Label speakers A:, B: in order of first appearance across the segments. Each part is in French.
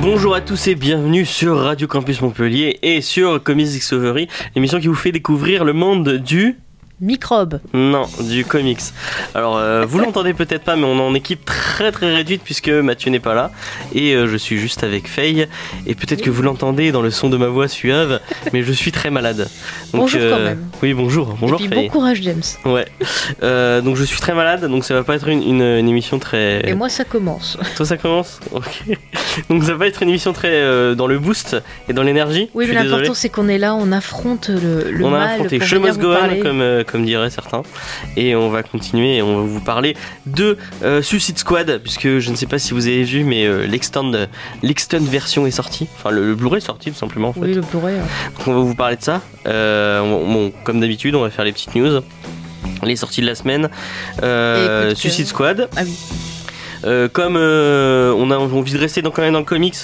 A: Bonjour à tous et bienvenue sur Radio Campus Montpellier et sur Comics Discovery, l'émission qui vous fait découvrir le monde du...
B: Microbe.
A: Non, du comics. Alors, euh, vous l'entendez peut-être pas, mais on est en équipe très très réduite puisque Mathieu n'est pas là et euh, je suis juste avec Faye. Et peut-être que vous l'entendez dans le son de ma voix suave, mais je suis très malade. euh,
B: Bonjour quand même.
A: Oui, bonjour. Bonjour
B: et puis
A: Faye.
B: bon courage James.
A: Ouais. Euh, donc je suis très malade, donc ça va pas être une, une- une émission très.
B: Et moi ça commence.
A: Toi ça commence Ok. Donc ça va être une émission très euh, dans le boost et dans l'énergie.
B: Oui
A: je
B: mais
A: suis désolé.
B: l'important c'est qu'on est là, on affronte le, le
A: on a
B: mal
A: affronté
B: pour
A: Je
B: venir
A: must
B: vous
A: go on,
B: parler.
A: comme, euh, comme diraient certains. Et on va continuer et on va vous parler de euh, Suicide Squad, puisque je ne sais pas si vous avez vu, mais euh, l'extend l'extend version est sortie. Enfin, le, le Blu-ray est sorti tout simplement. En fait.
B: Oui le Blu-ray. hein.
A: Donc on va vous parler de ça. Euh, on- bon, comme d'habitude, on va faire les petites news. Les sorties de la semaine. Euh,
B: Et écoute,
A: Suicide
B: euh,
A: Squad.
B: ah oui.
A: Euh, comme euh, on a envie de rester dans, quand même dans le comics,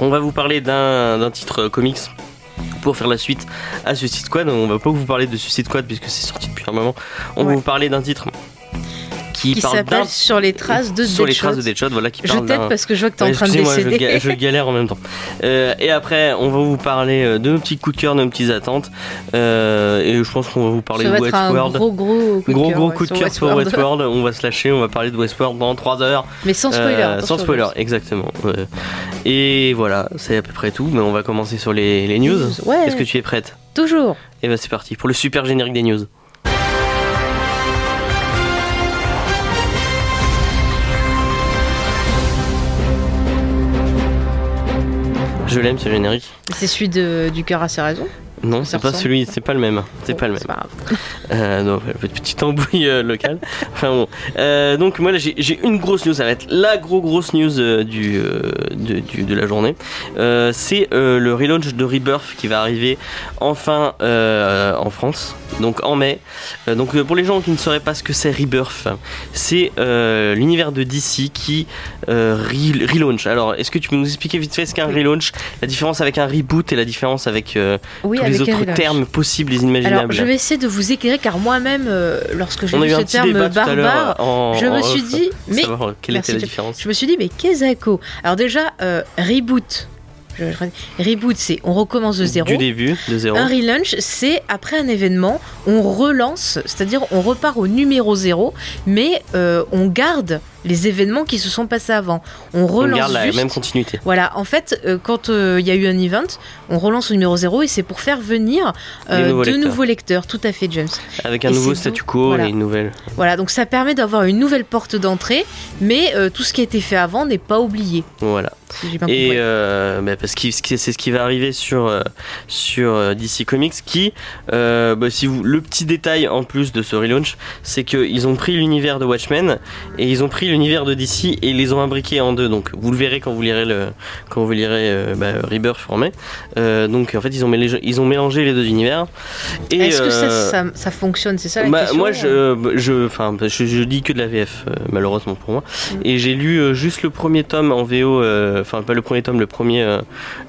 A: on va vous parler d'un d'un titre euh, comics pour faire la suite à Suicide Squad. On va pas vous parler de Suicide Squad puisque c'est sorti depuis un moment. On va
B: Ouais.
A: vous parler d'un titre qui,
B: Qui
A: parle d'un
B: s'appelle Sur les traces de
A: sur les traces de
B: Deadshot.
A: Deadshot, voilà qui
B: Je
A: parle d'un
B: t'aide parce que je vois que t'es en
A: Ouais,
B: train de
A: excusez-moi, je,
B: décéder.
A: ga- je galère en même temps. Euh, et après, on va vous parler euh, de nos petits coups de cœur, de nos petites attentes. Euh, et je pense qu'on va vous parler
B: ça va
A: de
B: être un
A: Westworld.
B: gros gros coup de
A: gros
B: cœur,
A: gros
B: ouais,
A: coup de
B: sur
A: cœur pour
B: Westworld.
A: Westworld. On va se lâcher, on va parler de Westworld pendant 3 heures.
B: Mais sans spoiler.
A: Euh,
B: attention,
A: sans spoiler,
B: James.
A: exactement. Euh, et voilà, c'est à peu près tout. Mais on va commencer sur les, les news.
B: Ouais.
A: Est-ce que tu es prête
B: Toujours.
A: Et ben c'est parti pour le super générique des news. Je l'aime ce générique.
B: C'est celui de, du cœur à ses raisons.
A: Non,
B: Ça
A: c'est pas
B: ressemble.
A: celui, c'est pas le même. C'est
B: Bon,
A: pas le même.
B: grave.
A: Euh, non, petite embrouille euh, locale. Enfin bon. Euh, donc moi là j'ai j'ai une grosse news, ça va être la gros grosse news euh, du, euh, de, du- de la journée. Euh, C'est euh, le relaunch de Rebirth qui va arriver enfin euh, en France, donc en mai. Euh, donc euh, pour les gens qui ne sauraient pas ce que c'est Rebirth, c'est euh, l'univers de DC qui euh, re- relaunch. Alors est-ce que tu peux nous expliquer vite fait ce qu'est un relaunch, la différence avec un reboot et la différence avec euh,
B: Oui,
A: tous
B: avec
A: les autres
B: Harry Lynch.
A: termes possibles et inimaginables
B: Alors, je vais essayer de vous éclairer car moi-même, euh, lorsque j'ai
A: on a
B: vu
A: eu
B: ce
A: un petit
B: terme
A: débat tout à
B: barbare,
A: l'heure en-
B: je
A: en
B: me
A: off,
B: suis dit,
A: pour
B: mais
A: savoir quelle
B: Merci,
A: était la
B: Jeff.
A: différence
B: je me suis dit, mais Kezako. Alors déjà, euh, reboot. Je- je- reboot, c'est on recommence de zéro.
A: du début de zéro
B: Un relaunch, c'est après un événement, on relance, c'est-à-dire on repart au numéro zéro, mais euh, on garde les événements qui se sont passés avant. On
A: on
B: relance
A: garde la
B: juste-
A: même continuité
B: Voilà, en fait, euh, quand euh, il y a eu un event, on relance au numéro zéro et c'est pour faire venir euh,
A: Des nouveaux
B: de
A: lecteurs.
B: nouveaux lecteurs. Tout à fait, James.
A: avec un
B: Et
A: nouveau
B: c'est
A: statu quo
B: voilà.
A: et une nouvelle
B: Voilà, donc ça permet d'avoir une nouvelle porte d'entrée, mais euh, tout ce qui a été fait avant n'est pas oublié.
A: voilà
B: Si j'ai bien
A: et
B: compris.
A: euh, bah, parce que ce qui- c'est ce qui va arriver sur euh, sur euh, DC Comics qui euh, bah, si vous le petit détail en plus de ce relaunch c'est qu'ils ont pris l'univers de Watchmen et ils ont pris l'univers de DC et ils les ont imbriqués en deux donc vous le verrez quand vous lirez le quand vous lirez euh, bah, Rebirth formé euh, donc en fait ils ont mélangé ils ont mélangé les deux univers et
B: Est-ce que ça,
A: euh,
B: ça, ça fonctionne C'est ça la
A: Bah,
B: question hein euh.
A: moi, je, je, enfin, je, je dis que de la VF, euh, malheureusement pour moi.
B: Mm.
A: Et j'ai lu euh, juste le premier tome en VO, euh, enfin pas le premier tome, le premier. euh,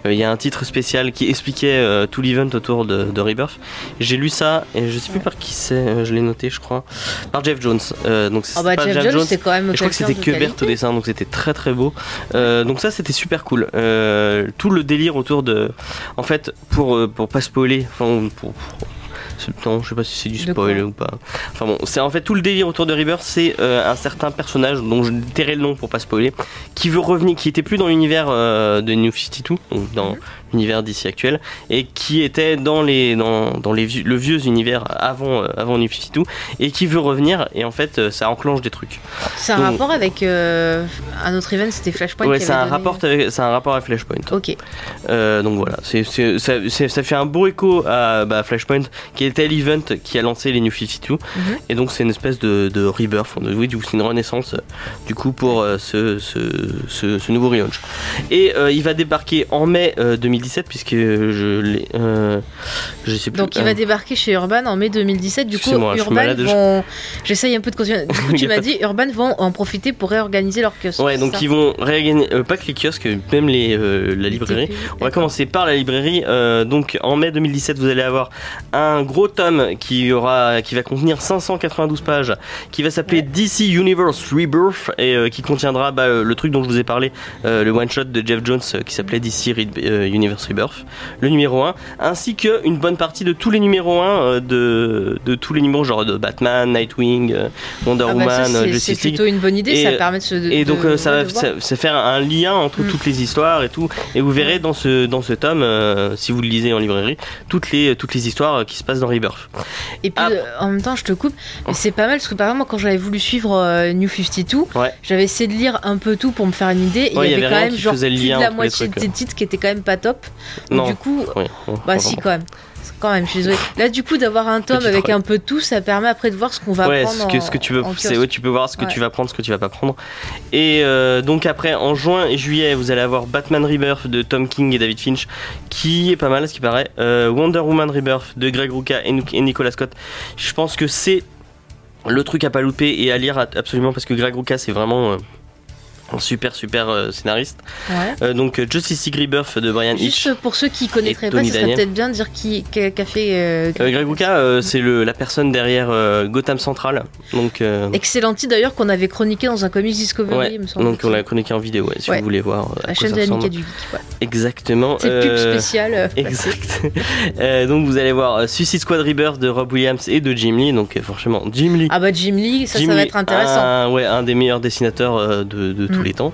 A: euh, Il y a un titre spécial qui expliquait euh, tout l'event autour de, de Rebirth. J'ai lu ça et je sais plus par qui c'est. euh, je l'ai noté, je crois, par Jeff Jones. Euh, donc c'est
B: Ah bah,
A: pas
B: Jeff, Jones, c'est quand même.
A: Et je crois que
B: quelqu'un
A: c'était
B: de
A: Kubert
B: qualité.
A: au dessin, donc c'était très très beau. Euh, donc ça, c'était super cool. Euh, tout le délire autour de, en fait, pour euh, pour pas spoiler, enfin pour, pour- c'est- non, je sais pas si c'est du
B: De quoi
A: spoil ou pas. Enfin bon, c'est en fait tout le délire autour de Rebirth, c'est euh, un certain personnage dont je tairai le nom pour pas spoiler, qui veut revenir, qui était plus dans l'univers euh, de New 52, donc dans
B: Mhm.
A: l'univers d'ici actuel, et qui était dans les dans, dans les vieux- le vieux univers avant euh, avant New 52, et qui veut revenir, et en fait, euh, ça enclenche des trucs.
B: C'est un
A: Donc-
B: rapport avec euh, un autre event, c'était Flashpoint.
A: Ouais,
B: qui
A: c'est
B: avait
A: un,
B: donné-
A: rapport avec- c'est un rapport à Flashpoint.
B: Ok.
A: Euh, donc voilà, c'est c'est- ça, c'est- ça fait un beau écho à bah, Flashpoint, qui était l'event qui a lancé les New 52.
B: Mhm.
A: Et donc c'est une espèce de, de rebirth, on- oui, du- c'est une renaissance euh, du coup pour euh, ce, ce- ce- ce nouveau relaunch. Et euh, il va débarquer en mai euh, 2017, puisque euh, je l'ai. euh, je sais plus.
B: Donc il
A: euh,
B: va débarquer chez Urban en mai 2017. Du coup,
A: Excusez-moi, je suis
B: Urban
A: malade, je-
B: vont. J'essaye un peu de continuer. Du coup,
A: Il y
B: tu
A: a
B: m'as
A: pas de-
B: dit, Urban vont en profiter pour réorganiser leur kiosque.
A: Ouais, donc ils vont réorganiser, euh, pas que les kiosques, même les, euh, la librairie. On va commencer par la librairie. Euh, donc en mai 2017, vous allez avoir un gros gros tome qui aura, qui va contenir 592 pages, qui va s'appeler DC Universe Rebirth et euh, qui contiendra bah, euh, le truc dont je vous ai parlé, euh, le one shot de Jeff Jones euh, qui s'appelait DC Re- euh, Universe Rebirth, le numéro 1, ainsi que une bonne partie de tous les numéros 1 euh, de, de tous les numéros genre de Batman, Nightwing, euh, Wonder
B: Ah bah ça,
A: Woman, euh,
B: c'est- C'est
A: Justice League.
B: plutôt une bonne idée,
A: Et,
B: ça
A: euh,
B: permet de se.
A: Et donc
B: de-
A: euh, ça
B: ouais,
A: va
B: de
A: ça-
B: voir.
A: ça faire un lien entre
B: Mm.
A: toutes les histoires et tout. Et vous verrez dans ce, dans ce tome, euh, si vous le lisez en librairie, toutes les, toutes les histoires euh, qui se passent dans Rebirth.
B: Et puis
A: Ah.
B: euh, en même temps, je te coupe, mais c'est pas mal parce que par exemple, moi, quand j'avais voulu suivre euh, New 52,
A: Ouais.
B: j'avais essayé de lire un peu tout pour me faire une idée. et
A: Ouais,
B: il y avait
A: rien
B: quand même
A: qui
B: genre
A: faisait le
B: plus de
A: lien
B: la
A: entre les
B: moitié
A: trucs, hein.
B: des titres qui étaient quand même pas top. Donc,
A: Non.
B: Du coup,
A: Oui, on-
B: bah
A: on-
B: si quand même. Quand même, je suis désolée. Là, du coup, d'avoir un tome
A: Petit
B: avec
A: troll.
B: un peu de tout, ça permet après de voir ce qu'on va
A: ouais,
B: prendre.
A: ce que,
B: en-
A: ce que tu veux,
B: en
A: c'est,
B: kiosque.
A: ouais, tu peux voir ce que
B: Ouais.
A: tu vas prendre, ce que tu vas pas prendre. Et euh, donc après, en juin et juillet, vous allez avoir Batman Rebirth de Tom King et David Finch, qui est pas mal, à ce qui paraît. Euh, Wonder Woman Rebirth de Greg Rucka et, Nic- et Nicolas Scott. Je pense que c'est le truc à pas louper et à lire at- absolument parce que Greg Rucka, c'est vraiment euh, un super super euh, scénariste.
B: Ouais.
A: Euh, donc euh, Justice League Rebirth de Brian Hitch.
B: Juste pour ceux qui connaîtraient pas,
A: Tony
B: ça serait
A: Daniel.
B: peut-être bien de dire qui qu'a qu'a fait. euh,
A: Euh, Greg Rucka, euh, c'est le, la personne derrière euh, Gotham Central. Donc euh,
B: Excellent titre d'ailleurs qu'on avait chroniqué dans un comics Discovery,
A: Ouais,
B: il me semble.
A: Donc on l'a chroniqué en vidéo, ouais, si
B: Ouais.
A: vous voulez voir. euh, à quoi
B: La chaîne
A: ça
B: de la
A: ressemble.
B: Mickey du Geek. ouais.
A: Exactement.
B: Petite pub
A: euh,
B: spéciale. euh,
A: Exact. Euh, donc vous allez voir euh, Suicide Squad Rebirth de Rob Williams et de Jim Lee. Donc euh, forcément Jim Lee.
B: Ah bah Jim Lee, ça,
A: Jim
B: ça va
A: Lee, Ah,
B: être intéressant.
A: Un, ouais, un des meilleurs dessinateurs euh, de, de tous
B: Mm.
A: les temps.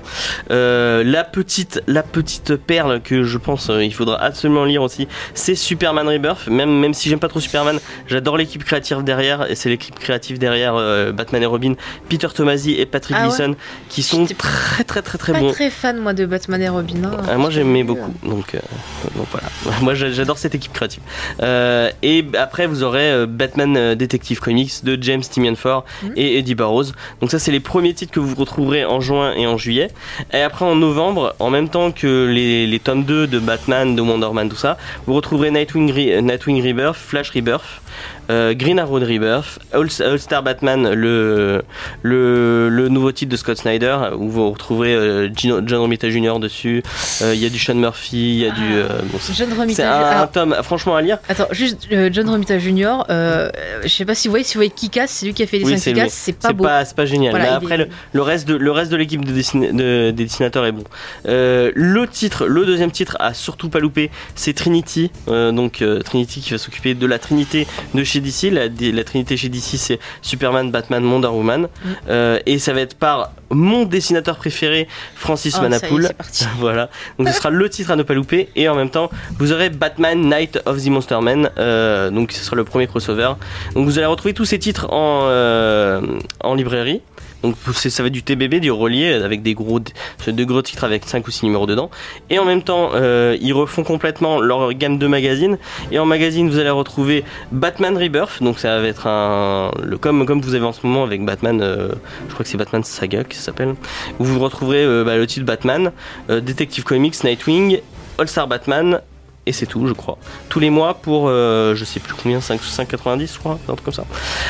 A: Euh, la petite, la petite perle que je pense euh, il faudra absolument lire aussi, c'est Superman Rebirth. Même même si j'aime pas trop Superman, j'adore l'équipe créative derrière et c'est l'équipe créative derrière euh, Batman et Robin, Peter Tomasi et Patrick
B: Ah ouais.
A: Gleason qui sont
B: J'étais
A: très très très très
B: pas
A: bons.
B: très fan moi de Batman et Robin. hein.
A: Ah, moi
B: Je
A: j'aimais
B: t'avoue,
A: beaucoup, donc, euh, donc voilà. Moi j'a- j'adore cette équipe créative. Euh, et b- après vous aurez euh, Batman euh, Detective Comics de James Timian Ford
B: Mhm.
A: et Eddie Barrows. Donc ça c'est les premiers titres que vous retrouverez en juin et en juillet. Et après en novembre, en même temps que les, les tomes 2 de Batman, de Wonder Man, tout ça, vous retrouverez Nightwing, Re- Nightwing Rebirth, Flash Rebirth. euh, Green Arrow de Rebirth, All, All Star Batman, le, le, le nouveau titre de Scott Snyder, où vous retrouverez euh, Gino- John Romita Jr. dessus, euh, Il y a du Sean Murphy, il y a du. euh, bon,
B: euh,
A: c'est
B: John
A: c'est
B: Romita.
A: un,
B: alors,
A: tome, franchement, à lire.
B: attends, juste euh, John Romita Jr. euh, je sais pas si vous voyez, si vous voyez Kikas, c'est lui qui a fait les
A: Oui,
B: 5
A: c'est
B: Kikas,
A: lui.
B: c'est pas
A: C'est
B: beau.
A: pas, c'est pas génial.
B: Voilà,
A: Mais
B: il
A: après,
B: est-
A: le, le reste de, le reste de l'équipe de, dessina- de- des dessinateurs est bon. Euh, le titre, le deuxième titre à surtout pas louper, c'est Trinity. Euh, donc euh, Trinity qui va s'occuper de la Trinité de chez DC. La, des- la Trinité chez DC, c'est Superman, Batman, Wonder Woman.
B: Mm.
A: Euh, et ça va être par mon dessinateur préféré, Francis
B: Ah, ça y est,
A: Manapoul.
B: c'est parti.
A: Voilà, donc ce sera le titre à ne pas louper et en même temps vous aurez Batman Night of the Monster Man, euh, donc ce sera le premier crossover. Donc vous allez retrouver tous ces titres en, euh, en librairie. Donc c'est- ça va être du TBB, du relié avec des gros, de gros titres avec 5 ou 6 numéros dedans. Et en même temps euh, ils refont complètement leur gamme de magazines. Et en magazine vous allez retrouver Batman Rebirth, donc ça va être un le comme comme vous avez en ce moment avec Batman, euh, je crois que c'est Batman Saga qui s'appelle. Où vous retrouverez euh, bah, le titre Batman. Euh, Detective Comics, Nightwing, All Star Batman, et c'est tout, je crois. Tous les mois pour, euh, je sais plus combien, 5 ou 5,90, je crois, un truc comme ça.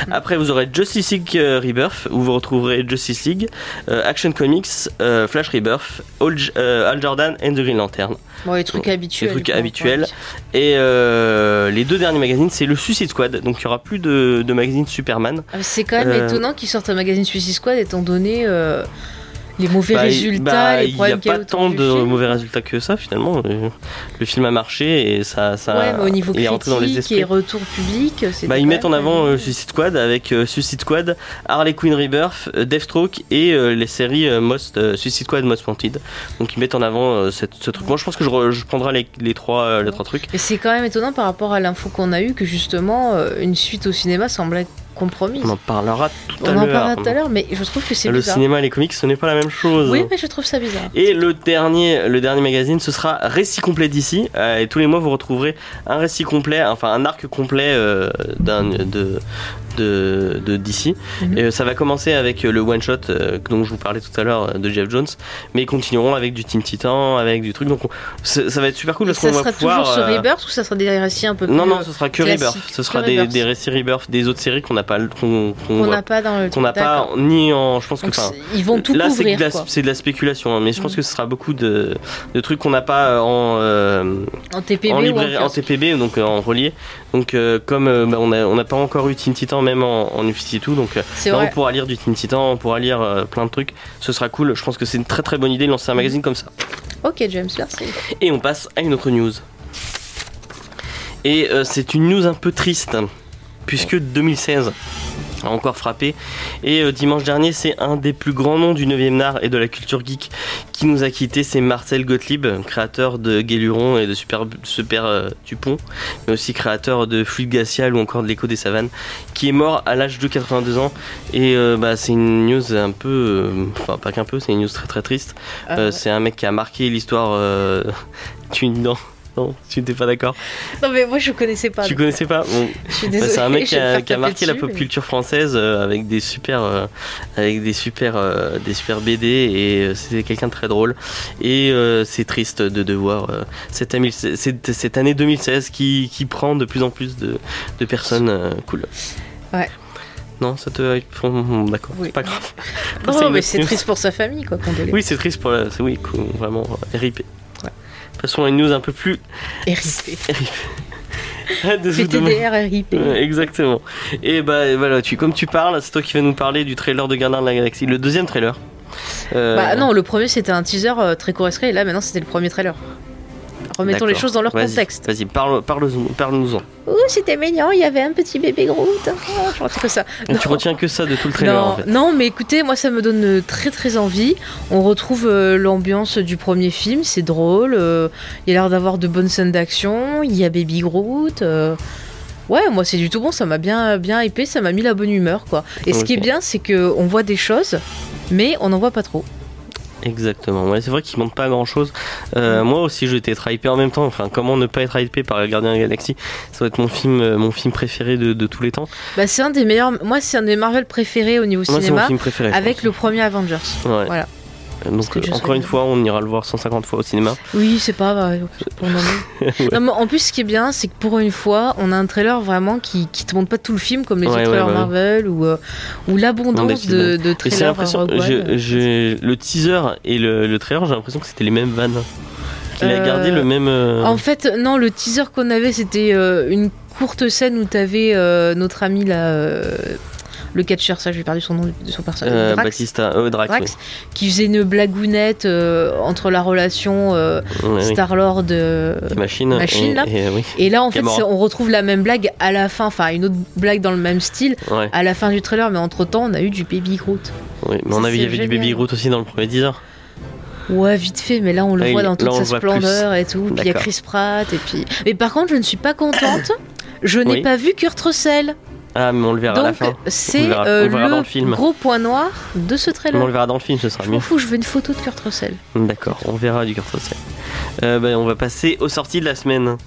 A: Après, vous aurez Justice League euh, Rebirth, où vous retrouverez Justice League, euh, Action Comics, euh, Flash Rebirth, All, J- euh, Hal Jordan and the Green Lantern.
B: Bon, les trucs
A: Les
B: habituels.
A: trucs
B: du coup,
A: habituels.
B: ouais.
A: Et euh, les deux derniers magazines, c'est le Suicide Squad, donc il y aura plus de, de magazine Superman.
B: Ah, mais C'est quand même
A: Euh,
B: étonnant qu'ils sortent un magazine Suicide Squad étant donné euh, les mauvais
A: Bah,
B: résultats,
A: bah, il
B: les
A: n'y a
B: problèmes qu'il y
A: pas
B: a autour
A: tant
B: du
A: de
B: film.
A: mauvais résultats que ça finalement. Le, le film a marché et ça, ça
B: Ouais, mais au niveau
A: hein. il est rentré dans les
B: critique
A: esprits.
B: et retour public, c'est.
A: Bah, ils
B: quand
A: mettent en
B: même-
A: avant euh, Suicide Squad avec euh, Suicide Squad, Harley Quinn Rebirth, euh, Deathstroke et euh, les séries euh, Most, euh, Suicide Squad Most Wanted. Donc ils mettent en avant euh, cette- ce truc. Moi je pense que je, re- je prendrai les, les trois, euh, les trois trucs.
B: Mais c'est quand même étonnant par rapport à l'info qu'on a eue que justement euh, une suite au cinéma semble être compromise.
A: On en parlera tout
B: On
A: à
B: en
A: l'heure.
B: parlera tout à l'heure, mais je trouve que c'est
A: Le
B: bizarre.
A: cinéma euh, et les comics ce n'est pas la même chose.
B: Oui, mais je trouve ça bizarre.
A: Et le dernier, le dernier magazine, ce sera Récit complet d'ici. Euh, et tous les mois, vous retrouverez un récit complet, enfin un arc complet euh, d'un de, de, de DC.
B: Mhm.
A: Et, euh, ça va commencer avec euh, le one shot euh, dont je vous parlais tout à l'heure euh, de Jeff Jones, mais ils continueront avec du Team Titan, avec du truc. Donc on- c'est- ça va être super cool
B: Et
A: parce qu'on
B: ça
A: va
B: sera
A: pouvoir.
B: toujours ce
A: euh,
B: Rebirth ou ça sera des récits un peu plus
A: non, non,
B: euh,
A: ce sera que
B: classique,
A: Rebirth. Ce sera
B: que
A: des,
B: Rebirth.
A: des récits Rebirth des autres séries qu'on n'a pas, qu'on qu'on-
B: qu'on n'a pas dans le
A: qu'on n'a pas
B: D'accord.
A: ni en, je pense que.
B: Donc,
A: enfin,
B: c'est- ils vont tout
A: Là, c'est
B: couvrir.
A: de, la-
B: quoi.
A: c'est de la spéculation, hein, mais je pense
B: Mm.
A: que ce sera beaucoup de, de trucs qu'on n'a pas en, euh,
B: En TPB
A: en,
B: ou en
A: librairie- en
B: kiosque.
A: TPB, donc euh, en relié. Donc, euh, comme euh, bah, on n'a on n'a pas encore eu Teen Titan, même en, en UFC et tout, donc euh,
B: C'est
A: là, on
B: vrai.
A: pourra lire du Teen Titan, on pourra lire euh, plein de trucs. Ce sera cool. Je pense que c'est une très très bonne idée de
B: Mm.
A: lancer un magazine comme ça.
B: Ok, James, merci.
A: Et on passe à une autre news. Et euh, c'est une news un peu triste, hein, puisque 2016 a encore frappé. Et euh, dimanche dernier, c'est un des plus grands noms du 9e art et de la culture geek qui nous a quitté, c'est Marcel Gottlieb, créateur de Guéluron et de Super, Super euh, Dupont, mais aussi créateur de Fluide Glacial ou encore de l'écho des savanes, qui est mort à l'âge de 82 ans. Et euh, bah, c'est une news un peu... euh, Enfin, pas qu'un peu, c'est une news très très triste.
B: Ah,
A: Euh,
B: ouais.
A: c'est un mec qui a marqué l'histoire. euh, Tu non, non, tu n'étais pas d'accord.
B: Non, mais moi je connaissais pas.
A: Tu
B: donc
A: connaissais pas. Bon,
B: Je suis
A: bah,
B: désolée.
A: c'est un mec
B: je
A: qui
B: vais me
A: a,
B: faire
A: qui a
B: taper
A: marqué la
B: dessus,
A: pop
B: mais-
A: culture française euh, avec des super, euh, avec des super, euh, des super BD et euh, c'était quelqu'un de très drôle. Et euh, c'est triste de devoir euh, cette, amie- cette- cette année 2016 qui, qui prend de plus en plus de, de personnes euh, cool.
B: Ouais.
A: Non, ça te hype Bon, D'accord,
B: Oui.
A: c'est pas grave.
B: Non,
A: C'est une
B: mais
A: autre
B: c'est
A: news.
B: triste pour sa famille, quoi, condoléances.
A: Oui, c'est triste pour la. c'est- Oui, qu'on- vraiment, euh, RIP.
B: Ouais.
A: Passons à une news un peu plus.
B: Et RIP.
A: Hâte de vous demander.
B: PTDR, RIP.
A: Ouais, Exactement. Et bah voilà, tu, comme tu parles, c'est toi qui vas nous parler du trailer de Gardien de la Galaxie, le deuxième trailer. Euh,
B: Bah non, le premier c'était un teaser euh, très court-extrait, et là maintenant c'était le premier trailer. Remettons les
A: d'accord.
B: choses dans leur
A: Vas-y,
B: contexte.
A: Vas-y, parle, parle, parle-nous-en.
B: Ouh, c'était mignon, il y avait un petit bébé Groot. Ah, je retiens que ça. Non.
A: Tu retiens que ça de tout le trailer
B: non,
A: en fait.
B: non, mais écoutez, moi ça me donne euh, très très envie. On retrouve euh, l'ambiance du premier film, c'est drôle. euh, il y a l'air d'avoir de bonnes scènes d'action. Il y a Baby Groot. euh, Ouais, moi c'est du tout bon. Ça m'a bien bien hypé, ça m'a mis la bonne humeur quoi. Et ce qui est
A: Ok.
B: bien, c'est que on voit des choses, mais on n'en voit pas trop.
A: Exactement. Ouais, c'est vrai qu'il manque pas grand chose.
B: Mm.
A: Moi aussi, je été hypé en même temps. Enfin, comment ne pas être hypé par Gardien de la Galaxie Ça doit être mon film, euh, mon film préféré de, de tous les temps.
B: Bah c'est un des meilleurs. Moi c'est un des Marvel préférés au niveau
A: Moi, c'est mon
B: cinéma.
A: film préféré. je
B: Avec
A: pense.
B: le premier Avengers.
A: Ouais.
B: Voilà.
A: Donc
B: que
A: euh,
B: je
A: encore
B: serais
A: une
B: bien.
A: fois, on ira le voir 150 fois au cinéma.
B: Oui, c'est pas vrai, pour le moment. Non, mais en plus, ce qui est bien, c'est que pour une fois, on a un trailer vraiment qui, qui te montre pas tout le film comme les
A: Ouais,
B: autres
A: ouais,
B: trailers
A: ouais.
B: Marvel ou, euh, ou
A: Non, des
B: l'abondance
A: petits
B: de, de
A: Et c'est
B: trailers. euh,
A: l'impression,
B: Rogue One.
A: je- euh, je- le teaser et le, le trailer, j'ai l'impression que c'était les mêmes vannes. Qu'il a
B: Euh,
A: gardé le même. euh,
B: En fait, non, le teaser qu'on avait, c'était euh, une courte scène où t'avais avais notre ami là. euh, le catcheur, ça j'ai perdu son nom de son personnage.
A: euh,
B: Drax,
A: Batista, euh, Drax,
B: Drax, qui faisait une blagounette euh, entre la relation euh,
A: oui. Ouais, oui.
B: Star-Lord euh,
A: Machine.
B: Machine,
A: et-
B: là.
A: et, euh, oui.
B: Et là, en fait,
A: Gamora.
B: c'est- on retrouve la même blague à la fin, enfin une autre blague dans le même style
A: Ouais,
B: à la fin du trailer, mais entre temps, on a eu du Baby Groot.
A: oui. Mais on
B: Ça,
A: avait, il y
B: c'est
A: avait du
B: génial.
A: Baby Groot aussi dans le premier teaser.
B: Ouais, vite fait, mais là, on le
A: Ouais,
B: voit
A: il-
B: dans toute
A: Ah là, on
B: sa
A: le voit plus.
B: splendeur et tout. Puis il y a
A: D'accord.
B: Chris Pratt, et puis. Mais par contre, je ne suis pas contente. Je n'ai
A: Oui.
B: pas vu Kurt Russell.
A: Ah, mais on le verra à la
B: Donc,
A: fin. On
B: c'est
A: verra-
B: euh,
A: on verra dans le film.
B: le gros point noir de ce
A: Mais on
B: trailer.
A: le verra dans le film, ce sera
B: Je
A: mieux.
B: m'en fous, je veux une photo de Kurt Russell.
A: D'accord, on verra du carte social. Euh, bah, on va passer aux sorties de la semaine.